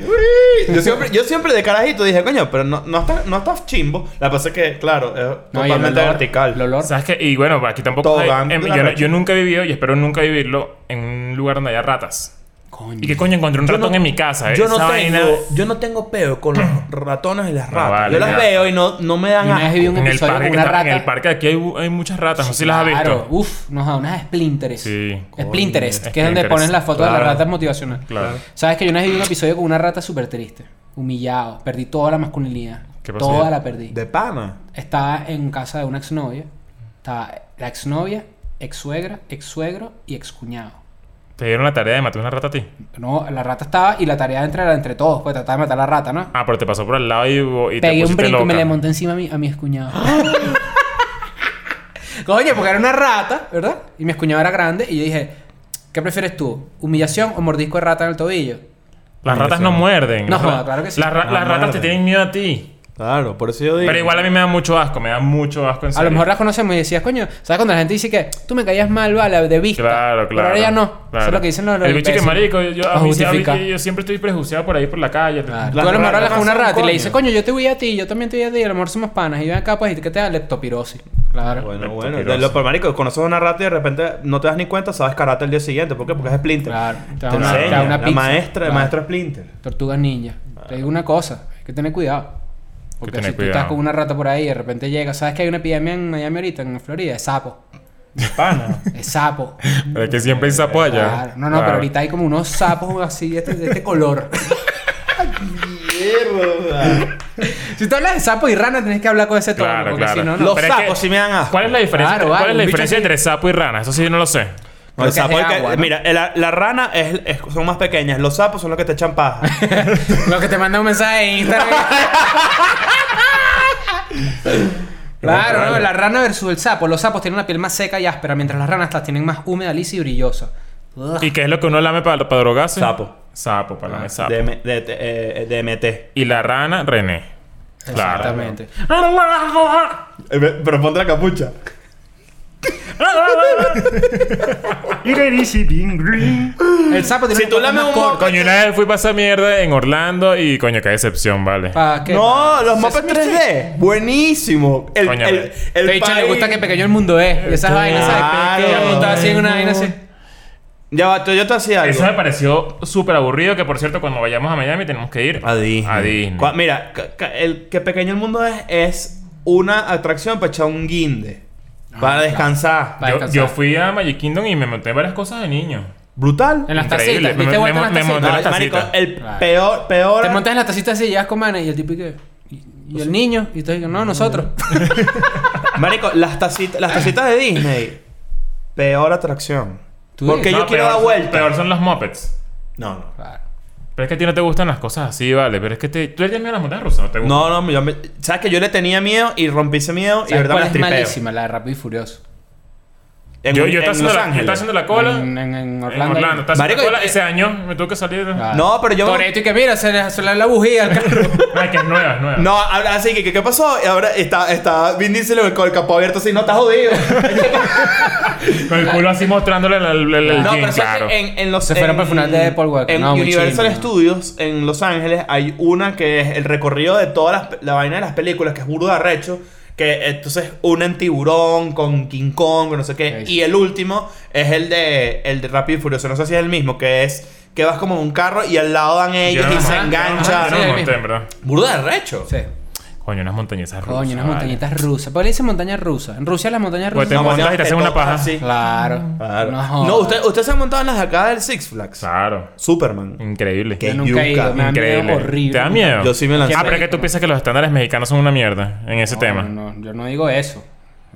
Speaker 3: Yo siempre, yo siempre de carajito dije, coño, pero no, no está, no está chimbo. La pasa es que, claro, es
Speaker 4: No, y el
Speaker 3: totalmente
Speaker 4: olor,
Speaker 3: vertical.
Speaker 4: El olor.
Speaker 2: ¿Sabes qué? Y bueno, aquí tampoco
Speaker 3: Todo
Speaker 2: hay-
Speaker 3: van
Speaker 2: em,
Speaker 3: de la
Speaker 2: yo, no-
Speaker 3: noche.
Speaker 2: yo nunca he vivido y espero nunca vivirlo en un lugar donde haya ratas.
Speaker 4: Coño.
Speaker 2: ¿Y qué coño encontré un
Speaker 3: Yo
Speaker 2: ratón
Speaker 3: no-
Speaker 2: en mi casa? eh?
Speaker 3: Yo
Speaker 2: Esa
Speaker 3: no, tengo,
Speaker 2: vaina-
Speaker 3: yo no tengo peo con los ratones y las
Speaker 2: No,
Speaker 3: ratas.
Speaker 2: vale,
Speaker 3: yo las
Speaker 2: ya.
Speaker 3: veo y no, no me dan
Speaker 4: Una vez
Speaker 3: asco.
Speaker 4: vi un
Speaker 2: En el,
Speaker 4: episodio
Speaker 2: parque,
Speaker 4: con
Speaker 2: que
Speaker 4: una
Speaker 2: está- en
Speaker 4: rata.
Speaker 2: el parque de aquí hay, hay muchas ratas, no sé si las has visto.
Speaker 4: Claro, uff, nos da unas Splinteres.
Speaker 2: Sí.
Speaker 4: Splinteres, que es
Speaker 2: Splinterest,
Speaker 4: donde ponen las fotos de
Speaker 2: claro.
Speaker 4: las ratas motivacionales.
Speaker 2: Claro.
Speaker 4: Sabes que yo una vez vi un episodio con una rata súper triste, humillado, perdí toda la masculinidad.
Speaker 2: ¿Qué pasó?
Speaker 4: toda la perdí.
Speaker 3: De pana.
Speaker 4: Estaba en casa de una exnovia. Estaba la exnovia, ex suegra, ex suegro y ex cuñado.
Speaker 2: Te dieron la tarea de matar una rata a ti.
Speaker 4: No, la rata estaba y la tarea entre, era entre todos, pues tratar de matar a la rata, ¿no?
Speaker 2: Ah, pero te pasó por al lado y, y te
Speaker 4: Pegué un
Speaker 2: pusiste
Speaker 4: brinco y me
Speaker 2: loca. Ah.
Speaker 4: le monté encima a mi, a mi excuñado. Coño, porque era una rata, ¿verdad? Y mi excuñado era grande y yo dije, ¿qué prefieres tú? ¿Humillación o mordisco de rata en el tobillo?
Speaker 2: Las ratas no
Speaker 3: Humillación.
Speaker 2: muerden.
Speaker 4: No,
Speaker 2: Las ra-
Speaker 4: claro que sí.
Speaker 2: Las, ra-
Speaker 3: No
Speaker 2: las ratas te
Speaker 3: muerden.
Speaker 2: tienen miedo a ti.
Speaker 3: Claro, por eso yo digo.
Speaker 2: Pero igual a mí me da mucho asco, me da mucho asco en
Speaker 4: A lo
Speaker 2: serio.
Speaker 4: mejor las conocemos y decías, coño, ¿sabes cuando la gente dice que tú me caías mal, vale, de vista?
Speaker 2: Claro, claro.
Speaker 4: Pero ahora ya no.
Speaker 2: Claro.
Speaker 4: Eso es lo que dicen los
Speaker 2: El bicho que
Speaker 4: imbéciles.
Speaker 2: marico, yo, a
Speaker 4: Lo
Speaker 2: mí sí, a mí
Speaker 4: justifica.
Speaker 2: sí, yo siempre estoy prejuiciado por ahí por la calle.
Speaker 4: Claro.
Speaker 3: Las
Speaker 4: Tú a lo mejor
Speaker 3: ratas
Speaker 4: hablas con una
Speaker 3: son
Speaker 4: rata y
Speaker 3: coño.
Speaker 4: le dices, coño, yo te voy a ti, yo también te voy a ti, a lo mejor somos panas. Y ven acá, pues, y que te da leptopirosis. Claro.
Speaker 3: Bueno,
Speaker 2: Perfecto,
Speaker 3: bueno.
Speaker 2: piroso.
Speaker 3: De lo, pero, marico, conoces una rata y de repente no te das ni cuenta, sabes karate el día siguiente. ¿Por qué? Porque es Splinter.
Speaker 4: Claro, te
Speaker 3: Te,
Speaker 4: da una-
Speaker 3: enseña.
Speaker 4: te da una
Speaker 3: la
Speaker 4: pizza.
Speaker 3: maestra,
Speaker 4: Claro.
Speaker 3: el maestro Splinter.
Speaker 4: Tortugas ninja. Te digo una cosa, hay que tener cuidado. Porque
Speaker 2: Ah.
Speaker 4: si
Speaker 2: tener
Speaker 4: tú
Speaker 2: cuidado.
Speaker 4: estás con una rata por ahí y de repente llega, ¿sabes que hay una epidemia en Miami ahorita, en Florida? Es sapo.
Speaker 3: Pana.
Speaker 4: Es sapo.
Speaker 2: Pero es que siempre hay sapo allá.
Speaker 4: Claro. No, no,
Speaker 2: Claro.
Speaker 4: pero ahorita hay como unos sapos así de este, de este color. si tú hablas de sapo y rana, tenés que hablar con ese tono.
Speaker 2: Claro,
Speaker 4: porque
Speaker 2: claro.
Speaker 4: si no, no.
Speaker 3: Los
Speaker 2: Pero es que-
Speaker 3: sapos sí me dan asco.
Speaker 2: ¿Cuál es la diferencia,
Speaker 4: Claro,
Speaker 2: ¿cuál
Speaker 4: vale,
Speaker 2: es la
Speaker 4: un bicho
Speaker 2: diferencia
Speaker 4: así.
Speaker 2: entre sapo y rana? Eso sí no lo sé.
Speaker 3: No, el
Speaker 4: Creo que
Speaker 3: sapo
Speaker 4: es
Speaker 3: es
Speaker 4: de
Speaker 3: que-
Speaker 4: agua, ¿no?
Speaker 3: Mira, el- la, rana es, es- son más pequeñas. Los sapos son los que te echan paja.
Speaker 4: Lo que te manda un mensaje en Instagram. Claro,
Speaker 2: Claro.
Speaker 4: ¿no? la rana versus el sapo. Los sapos tienen una piel más seca y áspera, mientras las ranas las tienen más húmeda, lisa y brillosa. Ugh.
Speaker 2: ¿Y qué es lo que uno lame para drogarse?
Speaker 3: Sapo.
Speaker 2: Sapo, para lamer sapo.
Speaker 3: DM, de- de- eh, DMT.
Speaker 2: Y la rana, René. Claro.
Speaker 4: Exactamente.
Speaker 3: Eh, Pero ponte la capucha.
Speaker 4: El sapo tiene
Speaker 3: Si
Speaker 4: una
Speaker 3: tú
Speaker 4: cola
Speaker 3: lames
Speaker 4: más
Speaker 3: un
Speaker 4: corta.
Speaker 2: Coño, una vez fui para esa mierda en Orlando y coño, qué decepción, vale.
Speaker 4: ¿Para qué?
Speaker 3: No, los
Speaker 4: Se-
Speaker 3: mapas 3D. Buenísimo. El,
Speaker 2: Coño,
Speaker 3: el,
Speaker 2: vale.
Speaker 3: el
Speaker 4: De hecho, le
Speaker 3: país-
Speaker 4: gusta que pequeño el mundo es. Y esas vainas, ¿sabes? Que
Speaker 3: Claro.
Speaker 4: ella estaba así en una vaina así.
Speaker 3: Ya va, yo te hacía algo.
Speaker 2: Eso me pareció súper aburrido. Que por cierto, cuando vayamos a Miami tenemos que ir
Speaker 3: A Disney.
Speaker 2: A Disney.
Speaker 3: Cua- Mira, ca- ca- el que pequeño el mundo es, es una atracción para echar un guinde.
Speaker 4: Ah,
Speaker 3: para descansar.
Speaker 4: Para
Speaker 2: Yo,
Speaker 4: descansar.
Speaker 2: yo fui a Magic Kingdom y me monté varias cosas de niño.
Speaker 3: Brutal.
Speaker 4: En las
Speaker 2: Increíble.
Speaker 4: tacitas. ¿Viste
Speaker 2: Me-
Speaker 4: vuelta
Speaker 2: me-
Speaker 4: en
Speaker 2: me
Speaker 4: las
Speaker 2: monté
Speaker 4: tacitas?
Speaker 2: la-
Speaker 3: No, marico,
Speaker 2: tacita.
Speaker 3: el
Speaker 4: Claro.
Speaker 3: peor, peor.
Speaker 4: Te montas en las tacitas así y llegas con manes. Y el tipo, ¿y qué? ¿Y y el niño? Y tú dices, no, nosotros.
Speaker 3: Marico, las tacitas, las tacitas de Disney. Peor atracción.
Speaker 4: Tú
Speaker 3: Porque
Speaker 4: dices.
Speaker 3: yo quiero
Speaker 2: peor-
Speaker 3: dar vuelta.
Speaker 2: Peor son los Muppets.
Speaker 3: No, no.
Speaker 4: Claro.
Speaker 2: Pero es que a ti no te gustan las cosas así, vale. Pero es que te, tú le tienes miedo a las montañas rusas, no te gusta.
Speaker 3: No, no, yo me- sabes que yo le tenía miedo y rompí ese miedo y de
Speaker 4: ¿Sabes
Speaker 3: verdad me
Speaker 4: cuál
Speaker 3: las
Speaker 4: es
Speaker 3: tripeo.
Speaker 4: malísima? La de Rápido y Furioso.
Speaker 3: En,
Speaker 2: yo,
Speaker 3: en
Speaker 2: yo estaba haciendo
Speaker 3: Los
Speaker 2: la, yo estaba
Speaker 3: Ángeles.
Speaker 2: haciendo la cola.
Speaker 4: En, en- en Orlando.
Speaker 2: En Orlando. Estaba haciendo
Speaker 3: Marico, eh,
Speaker 2: la cola.
Speaker 3: yo-
Speaker 2: Ese año me tuve que salir.
Speaker 4: Claro.
Speaker 3: No, pero yo.
Speaker 4: Toreto y que mira, se le, se le da la bujía al carro.
Speaker 2: Ay, que es nueva, es nueva.
Speaker 3: No, ahora así que, ¿qué- ¿qué pasó? Y ahora está, está Vin Diesel con el capó abierto así, no, está jodido.
Speaker 2: Con el culo así mostrándole el, el, el- el
Speaker 3: No,
Speaker 2: jean,
Speaker 3: pero sabes
Speaker 2: claro.
Speaker 3: que en, en los
Speaker 4: Se fueron
Speaker 3: en-
Speaker 4: para el funeral de Paul Walker.
Speaker 3: En
Speaker 4: No, muy
Speaker 3: Universal
Speaker 4: chimbo.
Speaker 3: Studios, en Los Ángeles, hay una que es el recorrido de todas las pe- la vaina de las películas, que es burda de arrecho. Que entonces unen tiburón con King Kong, con no sé qué.
Speaker 4: Ok.
Speaker 3: Y el último es el de el de Rápido y Furioso. No sé si es el mismo, que es que vas como en un carro y al lado van ellos
Speaker 2: no
Speaker 3: y
Speaker 2: me
Speaker 3: se
Speaker 2: monté, Yo
Speaker 3: enganchan.
Speaker 4: Ah, Sí,
Speaker 2: no me
Speaker 4: ahí
Speaker 2: monté,
Speaker 4: mismo.
Speaker 2: en verdad.
Speaker 3: Burda de arrecho.
Speaker 4: Sí.
Speaker 2: Coño, unas montañesas rusas.
Speaker 4: Coño, unas
Speaker 2: vale.
Speaker 4: montañitas rusas. ¿Por qué le dicen montaña rusa? En Rusia las montañas rusas.
Speaker 2: Pues te
Speaker 3: No,
Speaker 2: montas y te
Speaker 3: te
Speaker 2: haces una
Speaker 3: tocas
Speaker 2: paja.
Speaker 4: Ah,
Speaker 3: así.
Speaker 4: Claro.
Speaker 3: Claro.
Speaker 4: No,
Speaker 3: No, usted, usted se ha montado en las de acá del Six Flags.
Speaker 2: Claro.
Speaker 3: Superman.
Speaker 2: Increíble.
Speaker 3: Qué
Speaker 4: Yo nunca he ido.
Speaker 3: yuca,
Speaker 4: Me da miedo
Speaker 2: Increíble.
Speaker 4: horrible.
Speaker 2: ¿Te da miedo?
Speaker 3: Yo sí me lancé.
Speaker 2: Ah, pero es que tú piensas que los estándares mexicanos son una mierda en ese
Speaker 4: No,
Speaker 2: tema.
Speaker 4: No, no, yo no digo eso.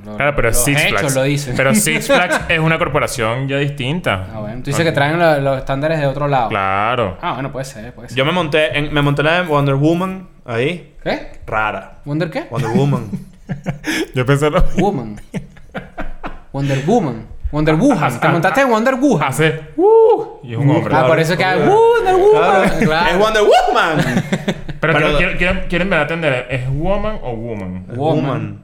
Speaker 4: Lo-
Speaker 2: Claro, pero
Speaker 4: los
Speaker 2: Six
Speaker 4: hechos
Speaker 2: Flags.
Speaker 4: lo dicen.
Speaker 2: Pero Six Flags es una corporación ya distinta.
Speaker 4: Ah, bueno. Tú dices que traen lo- los estándares de otro lado.
Speaker 2: Claro.
Speaker 4: Ah, bueno, puede ser, puede ser.
Speaker 3: Yo me monté, en, me monté la de Wonder Woman ahí.
Speaker 4: ¿Qué?
Speaker 3: Rara.
Speaker 4: ¿Wonder qué?
Speaker 3: Wonder Woman.
Speaker 2: Yo pensé lo
Speaker 4: Woman. Wonder Woman. Wonder Wuhan. Te
Speaker 2: ah,
Speaker 4: montaste en Wonder Wuhan.
Speaker 2: Hace. ¡Uh! Y es un hombre.
Speaker 4: Ah, por eso que hay Wonder Woman.
Speaker 3: Claro. Es
Speaker 4: Claro.
Speaker 3: Wonder Woman.
Speaker 2: Pero
Speaker 3: Pero-
Speaker 2: quiero, quiero, quiero, quiero en verdad entender. ¿Es woman o woman?
Speaker 4: Woman.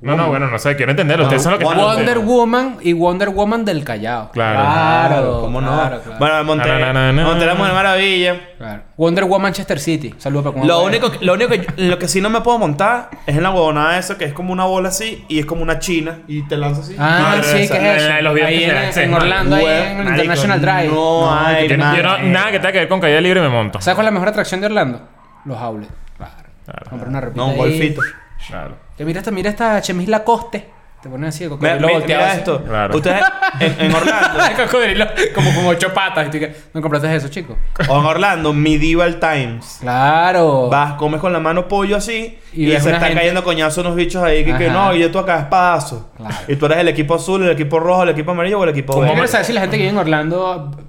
Speaker 2: No, no, bueno, no sé. Quiero entenderlo. Ustedes son los que
Speaker 3: Wonder-
Speaker 2: están-
Speaker 4: Wonder Woman y Wonder Woman del Callao.
Speaker 2: Claro.
Speaker 4: Claro.
Speaker 3: ¿Cómo no?
Speaker 4: claro, claro.
Speaker 3: Bueno, me monté,
Speaker 2: Na, na, na, na,
Speaker 3: me monté la
Speaker 2: na.
Speaker 3: Mujer Maravilla.
Speaker 4: Claro. Wonder Woman Manchester City. Saludos para
Speaker 3: Lo único, que- lo único que yo- lo que sí no me puedo montar es en la huevonada esa que es como una bola así y es como una china y te lanzas así.
Speaker 4: Ah,
Speaker 2: Madre,
Speaker 4: sí,
Speaker 2: esa-
Speaker 4: que
Speaker 2: la-
Speaker 4: es eso.
Speaker 2: la de los viajes
Speaker 4: Ahí
Speaker 2: de
Speaker 4: en,
Speaker 2: Access,
Speaker 4: en
Speaker 2: madre.
Speaker 4: Orlando, ahí en el
Speaker 3: Marico,
Speaker 4: International Drive.
Speaker 3: No, hay
Speaker 2: Yo no- yo no-
Speaker 3: manera.
Speaker 2: nada que tenga que ver con caída libre me monto.
Speaker 4: ¿Sabes cuál es la mejor atracción de Orlando? Los outlets. Claro.
Speaker 2: Claro.
Speaker 4: Comprar una repita
Speaker 3: No, un
Speaker 4: ahí.
Speaker 3: golfito.
Speaker 2: Claro.
Speaker 4: Que mira esta, mira esta Chemis Lacoste. Te ponen así de
Speaker 3: Mira,
Speaker 4: cocodrilo
Speaker 3: mira-
Speaker 4: volteado
Speaker 3: mira
Speaker 4: así.
Speaker 3: esto.
Speaker 2: Claro.
Speaker 3: Ustedes en, en Orlando.
Speaker 4: El cocodrilo como con ocho patas. Y tú que, ¿No compraste eso, chico?
Speaker 3: o en Orlando, Medieval Times.
Speaker 4: Claro.
Speaker 3: Vas, comes con la mano pollo así
Speaker 4: Oh. Y
Speaker 3: y,
Speaker 4: ves
Speaker 3: se
Speaker 4: una
Speaker 3: están
Speaker 4: gente-
Speaker 3: cayendo coñazos unos bichos ahí que, que
Speaker 4: Ajá.
Speaker 3: no, y yo tú acá espadazo.
Speaker 4: Claro.
Speaker 3: Y tú eres el equipo azul, el equipo rojo, el equipo amarillo o el equipo
Speaker 4: ¿Cómo
Speaker 3: verde.
Speaker 4: me sabes si la gente que vive en Orlando eh,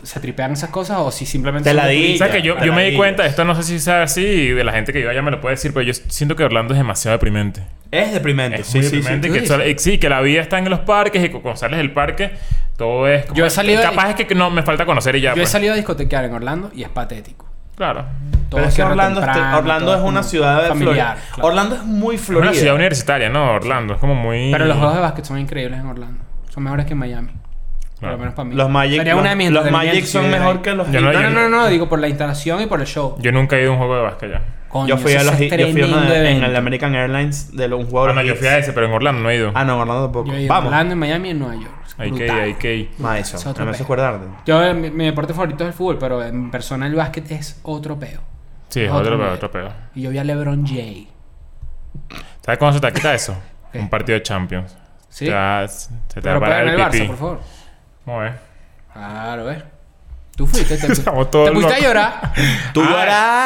Speaker 4: se tripean esas cosas o si simplemente...
Speaker 3: Te la
Speaker 4: di.
Speaker 3: di.
Speaker 2: ¿Sabes que
Speaker 3: Ya,
Speaker 2: yo,
Speaker 3: te
Speaker 2: yo
Speaker 3: la
Speaker 2: me di
Speaker 3: digo.
Speaker 2: cuenta, esto no sé si sea así y de la gente que yo allá me lo puede decir, pero yo siento que Orlando es demasiado deprimente.
Speaker 3: Es deprimente.
Speaker 2: Es
Speaker 3: sí,
Speaker 2: muy
Speaker 3: sí,
Speaker 2: deprimente.
Speaker 4: sí.
Speaker 2: que
Speaker 4: ¿Tú
Speaker 2: solo- y sí, que la vida está en los parques y cu- cuando sales del parque todo es... como-
Speaker 4: Yo he salido de-
Speaker 2: Capaz es que no, me falta conocer y ya.
Speaker 4: Yo he
Speaker 2: pues.
Speaker 4: salido a discotequear en Orlando y es patético.
Speaker 2: Claro.
Speaker 3: sí. Pero es que
Speaker 4: cierra
Speaker 3: Orlando, este-
Speaker 4: temprano,
Speaker 3: Orlando
Speaker 4: todo
Speaker 3: es una
Speaker 4: como
Speaker 3: ciudad de
Speaker 4: familiar,
Speaker 3: Florida.
Speaker 4: claro.
Speaker 3: Orlando es muy
Speaker 2: Es una
Speaker 3: Florida.
Speaker 2: ciudad universitaria, ¿no? Orlando. Es como muy...
Speaker 4: Pero los juegos de básquet son increíbles en Orlando. Son mejores que en Miami. Por
Speaker 2: Claro.
Speaker 4: lo menos para mí.
Speaker 3: Los Magic,
Speaker 4: Sería
Speaker 3: los,
Speaker 4: una de mis
Speaker 3: los
Speaker 4: entretenimientos
Speaker 3: Magic
Speaker 4: si
Speaker 3: son
Speaker 4: viviera
Speaker 3: mejor
Speaker 4: ahí.
Speaker 3: que los
Speaker 2: Yo no-
Speaker 4: No, no, no, no, digo por la instalación y por el show.
Speaker 2: Yo nunca he ido a un juego de básquet ya.
Speaker 4: Coño,
Speaker 3: Yo fui a
Speaker 4: ese
Speaker 3: los
Speaker 4: es
Speaker 3: yo fui a uno
Speaker 4: tremendo
Speaker 3: de- en
Speaker 4: evento.
Speaker 3: el American Airlines de los- un
Speaker 2: Ah,
Speaker 3: jugador.
Speaker 2: no, yo fui a ese, pero en Orlando no he ido.
Speaker 3: Ah, no, Orlando tampoco.
Speaker 4: Yo he ido a
Speaker 3: Vamos.
Speaker 4: Orlando, en Miami y en Nueva York.
Speaker 2: Hay que ir,
Speaker 4: Brutal.
Speaker 2: hay que ir.
Speaker 3: Ma,
Speaker 4: Es
Speaker 3: eso.
Speaker 4: otro
Speaker 3: No me hace
Speaker 4: pez.
Speaker 3: acordarte.
Speaker 4: Yo, mi, mi deporte favorito es el fútbol, pero en persona el básquet es otro peo.
Speaker 2: Sí, es
Speaker 4: Otro
Speaker 2: otro peor,
Speaker 4: nivel.
Speaker 2: otro peor.
Speaker 4: Y yo vi a LeBron J.
Speaker 2: ¿Sabes cuándo se te quita eso?
Speaker 4: ¿Qué?
Speaker 2: Un partido de Champions.
Speaker 4: ¿Sí?
Speaker 2: Te da- se te
Speaker 4: pero
Speaker 2: para
Speaker 4: para en
Speaker 2: el
Speaker 4: el
Speaker 2: pipí.
Speaker 4: Barça, por favor.
Speaker 2: Vamos a ver.
Speaker 4: Claro, eh. Tú fuiste, te, te,
Speaker 2: Estamos todos
Speaker 4: te pusiste a
Speaker 2: locos.
Speaker 4: llorar.
Speaker 3: Tú
Speaker 2: Ah,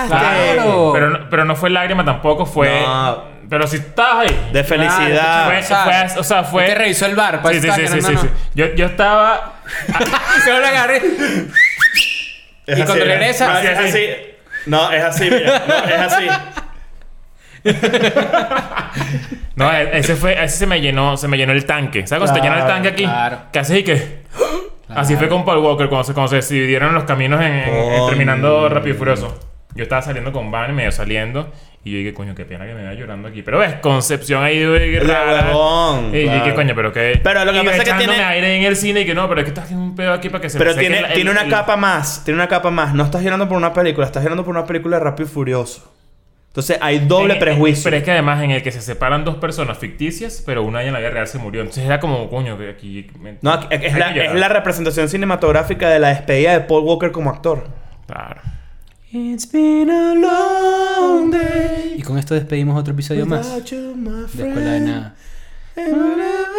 Speaker 3: lloraste.
Speaker 4: claro.
Speaker 2: Pero no, pero no fue lágrima tampoco, fue...
Speaker 3: No.
Speaker 2: Pero si estabas ahí...
Speaker 3: De felicidad.
Speaker 2: Fue- fue- o sea, fue-
Speaker 4: Es que pues, revisó el bar. "Ah,
Speaker 2: Sí, sí, sí, sí, sí, sí. Yo, yo estaba...
Speaker 4: Se lo agarré.
Speaker 3: Es
Speaker 4: Y cuando
Speaker 3: mira.
Speaker 4: regresa-
Speaker 3: No, es así. No, es así, mira. No, es así.
Speaker 2: No, e- ese fue, ese se me llenó, se me llenó el tanque. ¿Sabes cuando se te llena el
Speaker 3: Claro,
Speaker 2: tanque aquí?
Speaker 4: claro.
Speaker 2: Que haces y que. Así fue con Paul Walker cuando se, cuando se dividieron los caminos en, en- en
Speaker 3: Coño.
Speaker 2: terminando Rápido y Furioso. Yo estaba saliendo con Van y medio saliendo. Y yo dije, coño, qué pena que me vaya llorando aquí. Pero ves, Concepción ahí de
Speaker 3: El
Speaker 2: rara.
Speaker 3: huevón,
Speaker 2: Y yo dije,
Speaker 3: claro.
Speaker 2: coño, pero que.
Speaker 3: Pero lo que
Speaker 2: y
Speaker 3: pasa es que
Speaker 2: echándome
Speaker 3: tiene-
Speaker 2: aire en el cine y que no, pero es que estás haciendo un pedo aquí para que se
Speaker 3: Pero
Speaker 2: seque
Speaker 3: tiene,
Speaker 2: el- el-
Speaker 3: tiene una
Speaker 2: el-
Speaker 3: capa más, tiene una capa más. No estás llorando por una película, estás llorando por una película de Rápido y Furioso. Entonces hay doble
Speaker 2: en- en-
Speaker 3: prejuicio.
Speaker 2: Eh, Pero es que además en el que se separan dos personas ficticias, pero una ya en la vida real se murió. Entonces era como, coño, que aquí. me-
Speaker 3: no, aquí- es
Speaker 2: hay
Speaker 3: la,
Speaker 2: que llorar.
Speaker 3: es la representación cinematográfica de la despedida de Paul Walker como actor.
Speaker 2: Claro.
Speaker 4: Y con esto despedimos otro episodio más de Escuela de Nada.
Speaker 3: Nada.